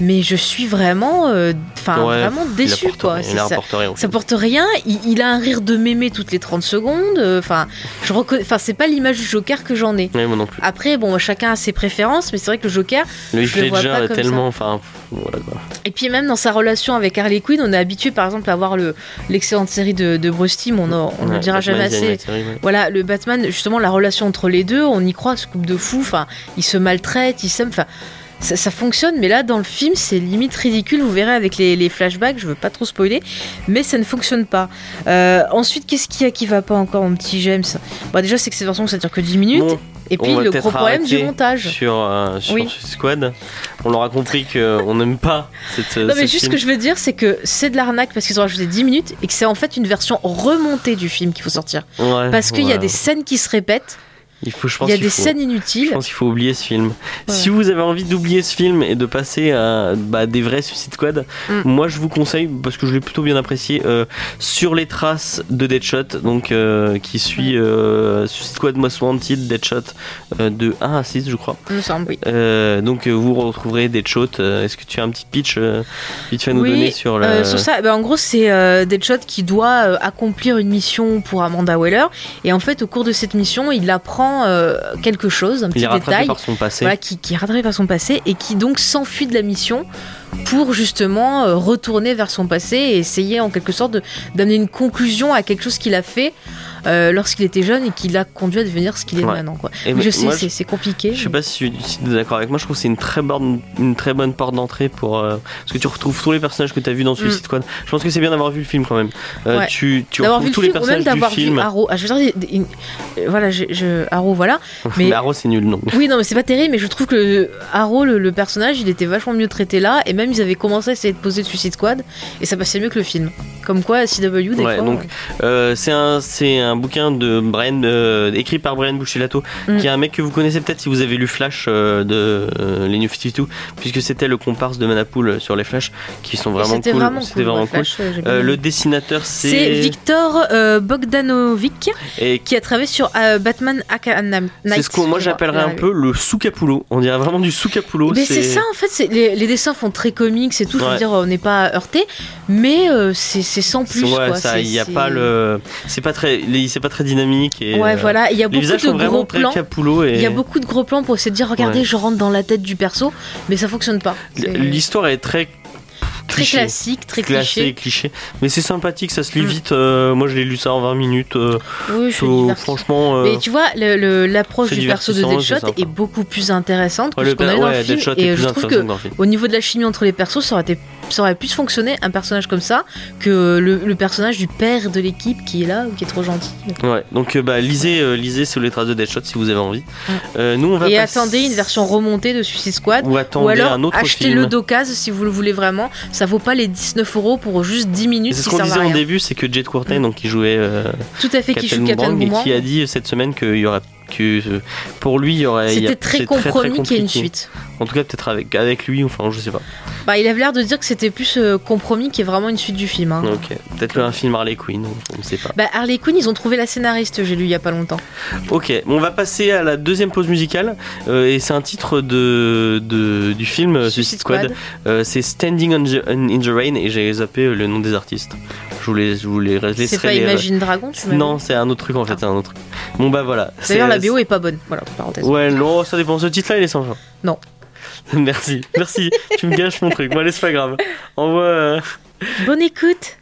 B: mais je suis vraiment, euh, enfin,
A: Ouais,
B: vraiment
A: Il
B: déçu,
A: apporte-
B: quoi.
A: il
B: C'est ça.
A: apporte rien, en fait.
B: Ça porte rien, il, il a un rire de mémé toutes les 30 secondes, euh, enfin, je reconnais, enfin, c'est pas l'image du Joker que j'en ai.
A: Ouais, moi non plus.
B: Après, bon, chacun a ses préférences, mais c'est vrai que le Joker,
A: Le
B: je le
A: Heath
B: vois pas
A: Ledger est
B: comme
A: tellement. Enfin, pff, voilà quoi.
B: et puis même dans sa relation avec Harley Quinn, on est habitué par exemple à voir le- l'excellente série de, de Bruce Timm, on en- on ne
A: Ouais,
B: dira
A: Batman,
B: jamais
A: The
B: assez.
A: Animated Series, ouais.
B: Voilà, le Batman, justement, la relation entre les deux, on y croit, ce couple de fous, enfin, ils se maltraitent, ils s'aiment, enfin, ça, ça fonctionne, mais là, dans le film, c'est limite ridicule, vous verrez avec les, les flashbacks, je veux pas trop spoiler, mais ça ne fonctionne pas. Euh, ensuite, qu'est-ce qu'il y a qui va pas encore, mon petit James Bah, déjà, c'est que cette version, ça dure que 10 minutes,
A: Bon,
B: et puis
A: on va
B: le
A: peut-être
B: gros problème du
A: arrêter
B: montage.
A: sur, euh, sur
B: Oui.
A: Squad, on leur a compris qu'on n'aime pas cette.
B: Non, mais juste ce que je veux dire, c'est que c'est de l'arnaque parce qu'ils ont rajouté 10 minutes et que c'est en fait une version remontée du film qu'il faut sortir. Parce qu'il y a des scènes qui se répètent,
A: Il faut, je pense
B: il y a
A: qu'il
B: des
A: faut-
B: scènes
A: Je
B: inutiles.
A: pense qu'il faut oublier ce film. Si vous avez envie d'oublier ce film et de passer à bah, des vrais Suicide Squad,
B: Mm.
A: moi je vous conseille, parce que je l'ai plutôt bien apprécié, euh, Sur les traces de Deadshot, donc, euh, qui suit euh, Suicide Squad Most Wanted, Deadshot euh, de 1 à 6, je crois.
B: Il me semble, oui.
A: Euh, donc euh, vous retrouverez Deadshot. euh, Est-ce que tu as un petit pitch euh, vite fait à nous
B: Oui,
A: donner sur le.
B: Euh, sur ça, ben, en gros, c'est euh, Deadshot qui doit euh, accomplir une mission pour Amanda Weller. Et en fait, au cours de cette mission, il apprend euh, quelque chose, un
A: Il est
B: petit
A: rattrapé
B: détail,
A: par son passé.
B: voilà, qui, qui est rattrapé par son passé et qui donc s'enfuit de la mission pour justement euh, retourner vers son passé et essayer en quelque sorte de- d'amener une conclusion à quelque chose qu'il a fait euh, lorsqu'il était jeune et qui l'a conduit à devenir ce qu'il est
A: Ouais.
B: maintenant. Quoi.
A: Et
B: je
A: ben,
B: sais,
A: moi,
B: c'est- c'est compliqué.
A: Je sais
B: mais-
A: pas si si tu es d'accord avec moi, je trouve que c'est une très bonne, une très bonne porte d'entrée pour. euh, parce que tu retrouves tous les personnages que tu as vu dans Suicide Squad. Je pense que c'est bien d'avoir vu le film quand même. Euh,
B: Mm. Ouais.
A: Tu, tu
B: D'avoir vu
A: retrouves
B: le
A: tous
B: film
A: les
B: ou même
A: personnages
B: d'avoir
A: du
B: vu
A: film.
B: Arrow. Ah, je veux dire, des- des- une- euh, voilà, je, je- Arrow, voilà.
A: mais...
B: Mais-
A: Arrow, c'est nul, non.
B: Oui, non, mais c'est pas terrible, mais je trouve que Haro, le, le personnage, il était vachement mieux traité là, et même ils avaient commencé à essayer de poser Suicide Squad et ça passait mieux que le film. Comme quoi, CW, des
A: Ouais,
B: fois,
A: donc,
B: euh,
A: Euh, c'est un, c'est un bouquin de Brian, euh, écrit par Brian Buccellato,
B: Mm.
A: qui est un mec que vous connaissez peut-être si vous avez lu Flash euh, de euh, les New 52, puisque c'était le comparse de Manapool euh, sur les Flash, qui sont vraiment
B: c'était
A: cool.
B: vraiment
A: C'était
B: cool.
A: vraiment
B: ouais,
A: cool.
B: Flash, euh, j'ai bien
A: Euh,
B: aimé.
A: le dessinateur,
B: C'est
A: c'est
B: Victor euh, Bogdanovic
A: et
B: qui a travaillé sur euh, Batman Arkham Knight.
A: c'est ce que moi j'appellerais un peu le soucapulo. On dirait vraiment du soucapulo.
B: Mais c'est ça en fait, c'est- les, les dessins font très comics et tout, je
A: Ouais.
B: veux dire, on n'est pas heurté, mais euh, c'est c'est sans plus.
A: Ouais,
B: quoi,
A: ça,
B: c'est-
A: il y a
B: c'est-
A: pas le, c'est pas très, les- c'est pas très dynamique et
B: Ouais,
A: euh,
B: voilà, il y a
A: les
B: beaucoup
A: visages
B: de
A: sont
B: gros
A: vraiment très
B: plans.
A: capulot et
B: Il y a beaucoup de gros plans pour essayer de dire regardez,
A: Ouais.
B: je rentre dans la tête du perso, mais ça fonctionne pas. C'est
A: l'histoire est très
B: très
A: cliché.
B: classique, très
A: classé et
B: cliché.
A: cliché. Mais c'est sympathique, ça se lit
B: Mm.
A: vite. euh, moi, je l'ai lu ça en 20 minutes. euh,
B: Oui, je suis
A: so-
B: divertie.
A: franchement, euh,
B: Mais tu vois, le- le- l'approche
A: c'est
B: du perso de
A: divertissant, c'est
B: Deadshot
A: sympa.
B: est beaucoup plus intéressante que
A: ouais,
B: ce
A: le
B: qu'on
A: per-
B: a eu dans
A: ouais,
B: le film.
A: Deadshot est
B: Et
A: plus
B: je trouve
A: intéressant
B: que
A: que dans le film.
B: au niveau de la chimie entre les persos, ça aurait, été, ça aurait plus fonctionné un personnage comme ça que le, le personnage du père de l'équipe qui est là ou qui est trop gentil.
A: Ouais, donc euh, bah, lisez, euh, lisez sous les traces de Deadshot si vous avez envie.
B: Mm.
A: Euh, nous, on va
B: Et
A: passer-
B: attendez une version remontée de Suicide Squad.
A: Ou attendez
B: Ou alors
A: un autre
B: achetez-le
A: film.
B: d'occasion si vous le voulez vraiment. Ça vaut pas les 19 euros pour juste 10
A: Et
B: minutes.
A: C'est ce qu'on
B: qui servent à
A: disait en
B: rien.
A: début, c'est que Jade Courtney, donc qui jouait euh,
B: Tout à fait qui
A: Captain
B: joue Captain
A: Boomerang, et
B: Boomerang.
A: qui a dit euh, cette semaine que y aurait que euh, pour lui il y aurait il y a-
B: C'était très
A: c'est
B: compromis qu'il y ait une
A: compliqué.
B: suite.
A: En tout cas peut-être avec avec lui, enfin je sais pas.
B: Bah, il avait l'air de dire que c'était plus euh, compromis qu'il y ait vraiment une suite du film. hein.
A: Ok, peut-être un film Harley Quinn, on ne sait pas.
B: Bah, Harley Quinn, ils ont trouvé la scénariste, j'ai lu il y a pas longtemps.
A: Ok, bon, on va passer à la deuxième pause musicale euh, et c'est un titre de, de- du film euh, Suicide Squad. Euh, c'est Standing on the- on- in the Rain et j'ai zappé euh, le nom des artistes. Je vous les, je vous les laisserai
B: C'est pas
A: les-
B: Imagine Dragon, tu m'as dit.
A: Non, c'est un autre truc en fait, c'est un autre. truc. Bon bah voilà. C'est-
B: D'ailleurs, la bio est pas bonne. Voilà, parenthèse.
A: Ouais, non, ça dépend. Ce titre-là, il est sans fin.
B: Non.
A: Merci, merci. tu me gâches mon truc. Bon, allez, c'est pas grave. Envoie. euh,
B: Bonne écoute.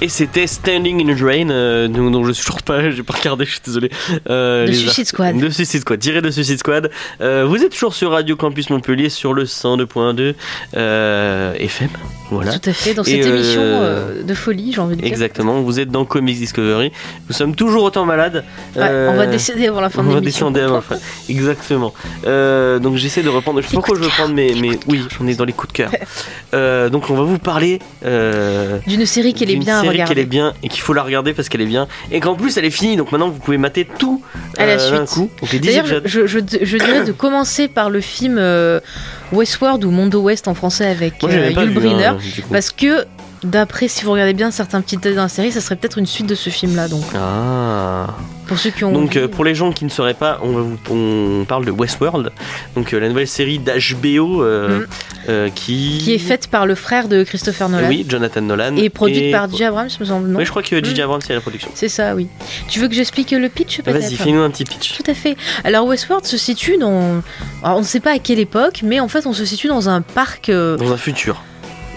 A: Et c'était Standing in the Rain, euh, dont dont je suis toujours pas, j'ai pas regardé, je suis désolé. Euh,
B: De
A: les
B: Suicide Squad.
A: de Suicide Squad, tiré de Suicide Squad. Euh, vous êtes toujours sur Radio Campus Montpellier sur le 102.2 euh, FM. Voilà.
B: Tout à fait, dans
A: Et,
B: cette
A: euh,
B: émission euh, de folie, j'ai envie de dire.
A: Exactement, vous êtes dans Comics Discovery. Nous sommes toujours autant malades.
B: Ouais,
A: Euh,
B: On va décéder avant la fin
A: on
B: de
A: va
B: l'émission.
A: descendre avant. enfin, Exactement. Euh, donc j'essaie de reprendre. Je sais pas pourquoi je veux prendre mes. mes... Oui, on est dans les coups de cœur. Euh, donc on va vous parler. Euh,
B: D'une série qu'elle est
A: d'une
B: bien à
A: série qu'elle est
B: regarder.
A: bien et qu'il faut la regarder parce qu'elle est bien et qu'en plus elle est finie donc maintenant vous pouvez mater tout
B: À la
A: euh, d'un
B: suite.
A: coup donc les 10
B: D'ailleurs,
A: épisodes
B: je, je, je- je dirais de commencer par le film euh, Westworld ou Mondo West en français avec
A: moi j'avais
B: euh,
A: pas
B: Yul
A: vu hein,
B: Brynner.
A: du coup.
B: Parce que, d'après, si vous regardez bien certains petits détails dans la série, ça serait peut-être une suite de ce film-là. Donc,
A: ah
B: pour ceux qui ont.
A: donc
B: envie,
A: euh, pour les gens qui ne sauraient pas on, va vous, on parle de Westworld donc euh, la nouvelle série d'HBO
B: Mm.
A: euh, qui Euh,
B: Qui est faite par le frère de Christopher Nolan.
A: oui Jonathan Nolan
B: Et produite par
A: J.
B: J. Abrams, me semble. Non
A: Mm. Oui, je crois que J.J.
B: Mm.
A: Abrams c'est la production
B: C'est ça, oui. Tu veux que j'explique le pitch peut-être
A: vas-y fais-nous un petit pitch
B: Tout à fait. Alors Westworld se situe dans... alors, on ne sait pas à quelle époque, mais en fait on se situe dans un parc, euh,
A: dans un futur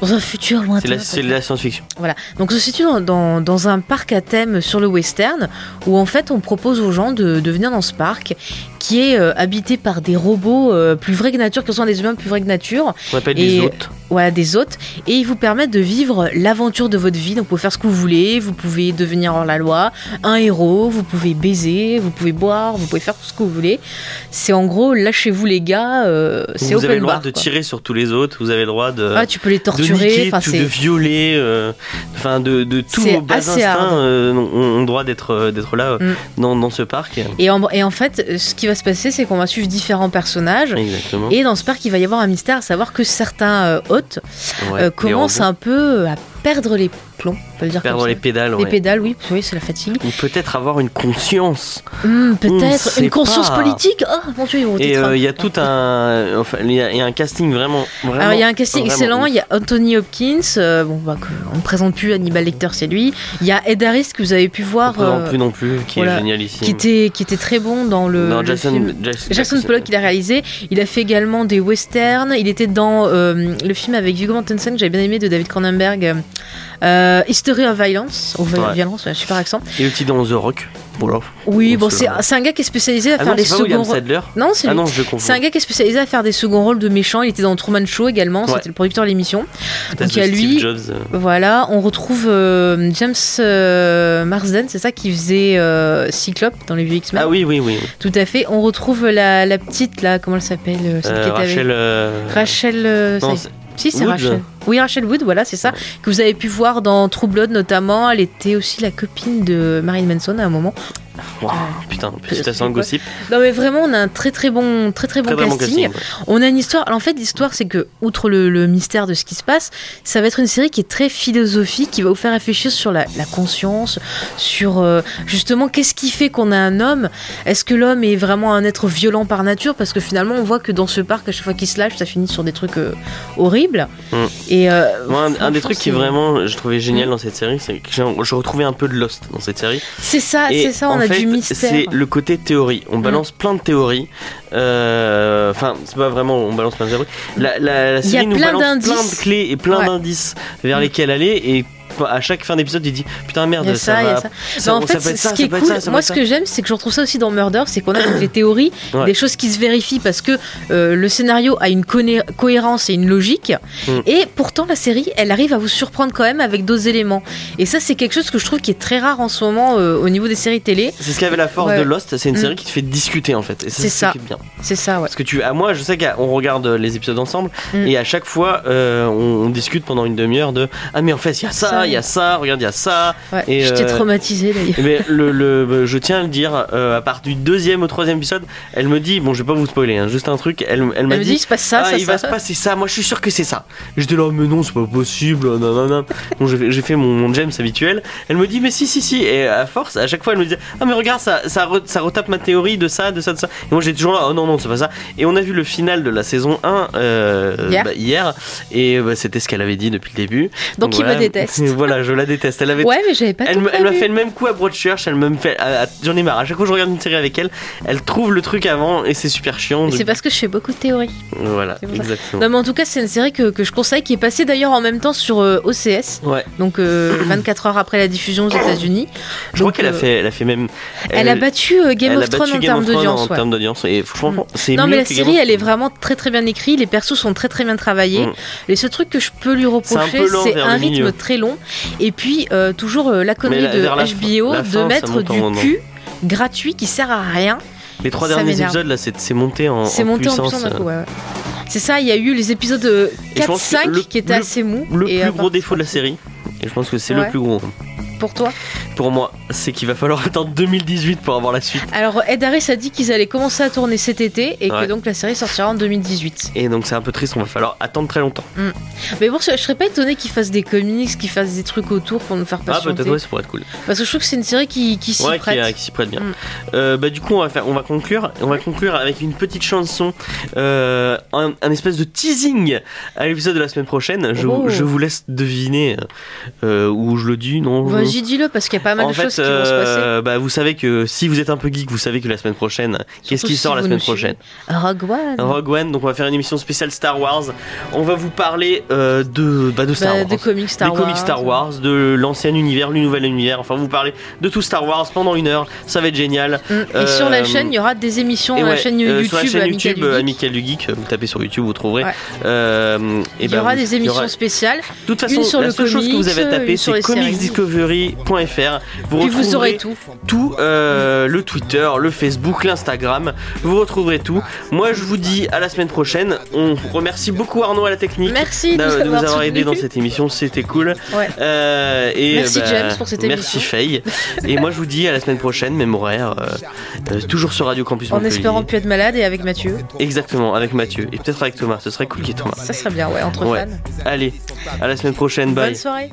B: dans un futur
A: c'est
B: lointain.
A: de la, c'est de la science-fiction
B: Voilà. Donc on se situe dans, dans- dans un parc à thème sur le western, où en fait on propose aux gens de, de venir dans ce parc, qui est euh, habité par des robots euh, plus vrais que nature, que ce sont des humains plus vrais que nature,
A: on appelle des
B: Et-
A: hôtes
B: voilà, des hôtes, et ils vous permettent de vivre l'aventure de votre vie. Donc vous pouvez faire ce que vous voulez, vous pouvez devenir hors la loi, un héros, vous pouvez baiser, vous pouvez boire, vous pouvez faire tout ce que vous voulez. C'est en gros, lâchez-vous les gars, euh, c'est
A: vous
B: open
A: avez le droit
B: bar,
A: de
B: quoi.
A: tirer sur tous les autres vous avez le droit de
B: Ah, tu peux les
A: de niquer,
B: torturer, enfin
A: tout- de
B: c'est...
A: violer, euh, enfin de, de tous
B: C'est
A: vos bas
B: assez
A: instincts
B: hard. Hmm.
A: euh, ont, ont droit d'être euh, d'être là euh, dans, dans ce parc.
B: Et en, et en fait, ce qui va se passer, c'est qu'on va suivre différents personnages.
A: Exactement.
B: Et dans ce parc, il va y avoir un mystère, à savoir que certains euh, hôtes
A: Ouais,
B: euh,
A: les
B: commencent
A: robots
B: un peu à perdre les plombs, on peut le dire
A: perdre
B: comme
A: les
B: ça.
A: pédales.
B: Les
A: ouais.
B: pédales, oui, oui, c'est la fatigue.
A: Ou peut-être avoir une conscience.
B: Hmm,
A: On
B: peut-être
A: sait
B: une conscience
A: pas.
B: politique Oh mon dieu, ils vont
A: Et
B: être-
A: euh, il y a tout un, enfin il y, a il y a un casting vraiment. vraiment
B: Alors il y a un casting
A: vraiment
B: excellent,
A: ouf.
B: il y a Anthony Hopkins, euh, bon bah que- on ne présente plus Hannibal Lecter, c'est lui. Il y a Ed Harris que vous avez pu
A: On
B: voir,
A: présente
B: euh,
A: plus non plus, qui est
B: voilà,
A: génial ici.
B: qui était qui était très bon dans le,
A: non,
B: le
A: Jason,
B: film.
A: Jason,
B: Jackson Pollock, il a réalisé. Il a fait également des westerns. Il était dans euh, le film avec Viggo Mortensen que j'avais bien aimé de David Cronenberg, euh, History of Violence, ou Vi-
A: Ouais.
B: Violence, ouais, super accent.
A: Et le petit dans The Rock. Voilà.
B: Oui,
A: Ou
B: bon,
A: ce-
B: c'est c'est un gars qui est spécialisé à
A: Ah
B: faire
A: non,
B: les
A: c'est pas William
B: seconds. rôles-
A: Sadler.
B: Non, c'est
A: Ah
B: lui.
A: non, je confonds.
B: C'est un gars qui est spécialisé à faire des seconds rôles de méchants. Il était dans Truman Show également.
A: Ouais.
B: C'était le producteur de l'émission.
A: Peut-être
B: donc il y a
A: de
B: lui.
A: Steve Jobs. euh,
B: Voilà, on retrouve euh, James euh, Marsden, c'est ça qui faisait euh, Cyclope dans les vieux X-Men.
A: Ah oui, oui, oui. oui.
B: Tout à fait. On retrouve la, la petite là, comment elle s'appelle euh, celle qui
A: Euh,
B: était avec-
A: Rachel. euh,
B: Rachel.
A: Non,
B: euh, ça y est.
A: c'est-
B: Si, c'est
A: Wood.
B: Rachel. Oui, Rachel Wood, voilà, c'est ça. Que vous avez pu voir dans True Blood notamment. Elle était aussi la copine de Marilyn Manson à un moment.
A: Wow,
B: Ah.
A: putain, petit accent
B: Ouais.
A: gossip.
B: Non, mais vraiment, on a un très très bon, très, très bon
A: Très vraiment casting.
B: casting.
A: ouais.
B: On a une histoire. Alors, en fait, l'histoire, c'est que, outre le, le mystère de ce qui se passe, ça va être une série qui est très philosophique, qui va vous faire réfléchir sur la, la conscience, sur euh, justement qu'est-ce qui fait qu'on a un homme. Est-ce que l'homme est vraiment un être violent par nature Parce que finalement, on voit que dans ce parc, à chaque fois qu'il se lâche, ça finit sur des trucs euh, horribles.
A: Mm.
B: Et euh,
A: Moi, un, un
B: franchement,
A: des trucs qui
B: c'est-
A: vraiment je trouvais génial dans cette série, c'est que j'ai- je retrouvais un peu de Lost dans cette série.
B: C'est ça,
A: Et
B: Ah, c'est ça. On
A: en
B: a
A: fait,
B: du mystère. Mm.
A: C'est le côté théorie. On balance plein de théories. Euh, Enfin, c'est pas vraiment, on balance plein de théories. La, la- la
B: Il y a
A: série nous
B: plein
A: balance plein
B: d'indices.
A: de clés et plein
B: Ouais.
A: d'indices vers
B: Mm.
A: lesquels aller. Et à chaque fin d'épisode, tu dis putain merde,
B: Il y a
A: ça,
B: ça, il y a
A: va-
B: ça.
A: ça-
B: Bah, en
A: ça
B: fait,
A: peut être
B: ce
A: ça,
B: qui
A: ça
B: est
A: peut être
B: cool,
A: ça, ça peut
B: moi
A: être
B: ce
A: ça.
B: que j'aime, c'est que je retrouve ça aussi dans Murder, c'est qu'on a donc les théories,
A: Ouais.
B: des choses qui se vérifient parce que euh, le scénario a une coné- cohérence et une logique,
A: Mm.
B: et pourtant la série, elle arrive à vous surprendre quand même avec d'autres éléments. Et ça, c'est quelque chose que je trouve qui est très rare en ce moment euh, au niveau des séries télé.
A: C'est ce qu'avait la force
B: Ouais.
A: de Lost, c'est une
B: Mm.
A: série qui te fait discuter en fait. Et ça,
B: C'est
A: c'est
B: ça.
A: ça. qui est bien.
B: C'est ça, ouais.
A: Parce que tu, à moi, je sais qu'on regarde euh, les épisodes ensemble
B: Mm.
A: et à chaque fois, euh, on, on discute pendant une demi-heure de ah mais en fait il y a ça,
B: Ça.
A: il y a ça, regarde il y a ça.
B: ouais.
A: et,
B: J'étais
A: euh,
B: traumatisée d'ailleurs.
A: Mais ben, le, le- je tiens à le dire, euh, à part du deuxième au troisième épisode, elle me dit bon je vais pas vous spoiler, hein, juste un truc. Elle, elle m'a
B: Elle me dit,
A: dit
B: il se passe ça,
A: ah,
B: ça,
A: il
B: ça.
A: va se passer ça, moi je suis sûr que c'est ça. Et J'étais là, mais non, c'est pas possible, nanana. bon, j'ai fait- j'ai fait mon, mon James habituel. Elle me dit, mais si, si, si. Et à force, à chaque fois, elle me disait, ah, mais regarde, ça, ça, re- ça retape ma théorie de ça, de ça, de ça. Et moi, j'étais toujours là, oh non, non, c'est pas ça. Et on a vu le final de la saison 1 euh,
B: Hier.
A: bah, hier. Et bah, c'était ce qu'elle avait dit depuis le début.
B: Donc, il me
A: voilà.
B: déteste.
A: voilà, je la déteste. Elle avait
B: Ouais, mais j'avais Ah, pas
A: elle
B: tout
A: me- elle m'a
B: prévu.
A: fait le même coup à Broadchurch, elle me fait. à- à- J'en ai marre, à chaque fois que je regarde une série avec elle, elle trouve le truc avant et c'est super chiant.
B: Et C'est
A: donc-
B: parce que je fais beaucoup de théories.
A: Voilà,
B: c'est pour ça.
A: exactement.
B: Non, mais en tout cas, c'est une série que, que je conseille qui est passée d'ailleurs en même temps sur euh, OCS,
A: Ouais.
B: donc euh, 24 heures après la diffusion aux États-Unis.
A: Je crois
B: Donc,
A: qu'elle a
B: euh,
A: fait, elle a fait même.
B: Elle, a battu euh, Game
A: elle
B: of
A: a battu
B: Thrones en
A: Game
B: termes
A: of Thrones
B: d'audience.
A: en
B: ouais. Mm.
A: termes d'audience. Et franchement, c'est
B: Non,
A: mieux
B: mais la
A: que Game
B: série,
A: of
B: elle est
A: Thrones.
B: vraiment très très bien écrite. Les persos sont très très bien travaillés.
A: Mm.
B: Les seuls trucs que je peux lui reprocher,
A: peu lent
B: c'est
A: vers
B: un
A: le
B: rythme
A: milieu.
B: très long. Et puis, euh, toujours euh, la connerie
A: la-
B: de
A: vers la fin-
B: HBO
A: la
B: de
A: fin, ça
B: mettre
A: monte en
B: du
A: rendement.
B: cul gratuit qui sert à rien.
A: Les trois
B: ça
A: derniers
B: m'énerve.
A: épisodes, là, c'est c'est monté en,
B: C'est
A: en
B: monté en
A: puissance.
B: puissance d'un coup, ouais, ouais. C'est ça, il y a eu les épisodes euh,
A: Et je pense que
B: 4-5
A: le-
B: qui étaient
A: le-
B: assez mous.
A: Le
B: et euh, à
A: plus
B: part-
A: gros défaut de la série, et je pense que c'est
B: Ouais.
A: le plus gros
B: Pour toi
A: pour moi, c'est qu'il va falloir attendre 2018 pour avoir la suite.
B: Alors, Ed Harris a dit qu'ils allaient commencer à tourner cet été et que
A: Ouais.
B: donc la série sortira en 2018.
A: Et donc c'est un peu triste, on va falloir attendre très longtemps.
B: Mais bon, je je serais pas étonné qu'ils fassent des comics, qu'ils fassent des trucs autour pour nous faire
A: Ah
B: patienter.
A: peut-être ouais, ça pourrait être cool.
B: Parce que je trouve que c'est une série qui, qui s'y
A: ouais, qui,
B: prête.
A: euh, qui s'y prête bien.
B: Mm.
A: Euh, bah du coup, on va faire, on va conclure, on va conclure avec une petite chanson, euh, un, un espèce de teasing à l'épisode de la semaine prochaine. Je,
B: Oh.
A: je vous laisse deviner euh, où je le dis, non je-
B: Vas-y, dis-le parce qu'il y a pas mal
A: en
B: de
A: fait,
B: choses qui vont se passer.
A: euh, bah, vous savez que si vous êtes un peu geek, vous savez que la semaine prochaine, qu'est-ce
B: Surtout
A: qui
B: si
A: sort la
B: vous
A: semaine
B: nous suivez.
A: prochaine
B: Rogue One.
A: Rogue One, donc on va faire une émission spéciale Star Wars. On va vous parler euh, de, bah, de Star
B: Bah,
A: Wars.
B: des comics Star
A: des
B: Wars.
A: comics Star Wars, de l'ancien univers, le nouvel univers. Enfin, vous parlez de tout Star Wars pendant une heure. Ça va être génial.
B: Mm. Et
A: Euh,
B: sur la chaîne, il y aura des émissions.
A: Et
B: la
A: ouais,
B: chaîne
A: euh,
B: YouTube,
A: sur la chaîne
B: Amical
A: YouTube
B: Geek.
A: euh, Amical du Geek, vous tapez sur YouTube, vous trouverez.
B: Ouais.
A: Euh, et
B: Il y
A: ben,
B: aura
A: vous-
B: des
A: il y aura-
B: émissions spéciales.
A: De toute façon,
B: une sur
A: la
B: le
A: seule chose que vous
B: comics,
A: avez à
B: une
A: taper,
B: sur
A: c'est
B: les séries.
A: comicsdiscovery.fr. Vous
B: Puis vous
A: retrouverez
B: aurez tout.
A: tout euh, le Twitter, le Facebook, l'Instagram. Vous retrouverez tout. Moi, je vous dis à la semaine prochaine. On remercie beaucoup Arnaud à la technique.
B: Merci de
A: d'a-
B: nous
A: de nous
B: avoir
A: avoir aidés dans
B: soutenus.
A: cette émission, c'était cool.
B: Ouais.
A: Euh, et
B: Merci James pour cette
A: Merci Faye. et moi je vous dis à la semaine prochaine, même horaire, euh, euh, toujours sur Radio Campus
B: En
A: Montpellier.
B: espérant plus être malade et avec Mathieu.
A: Exactement, avec Mathieu et peut-être avec Thomas. Ce serait cool qu'il y ait Thomas.
B: Ça serait bien, ouais, entre
A: Ouais.
B: fans.
A: Allez, à la semaine prochaine, bye.
B: Bonne soirée.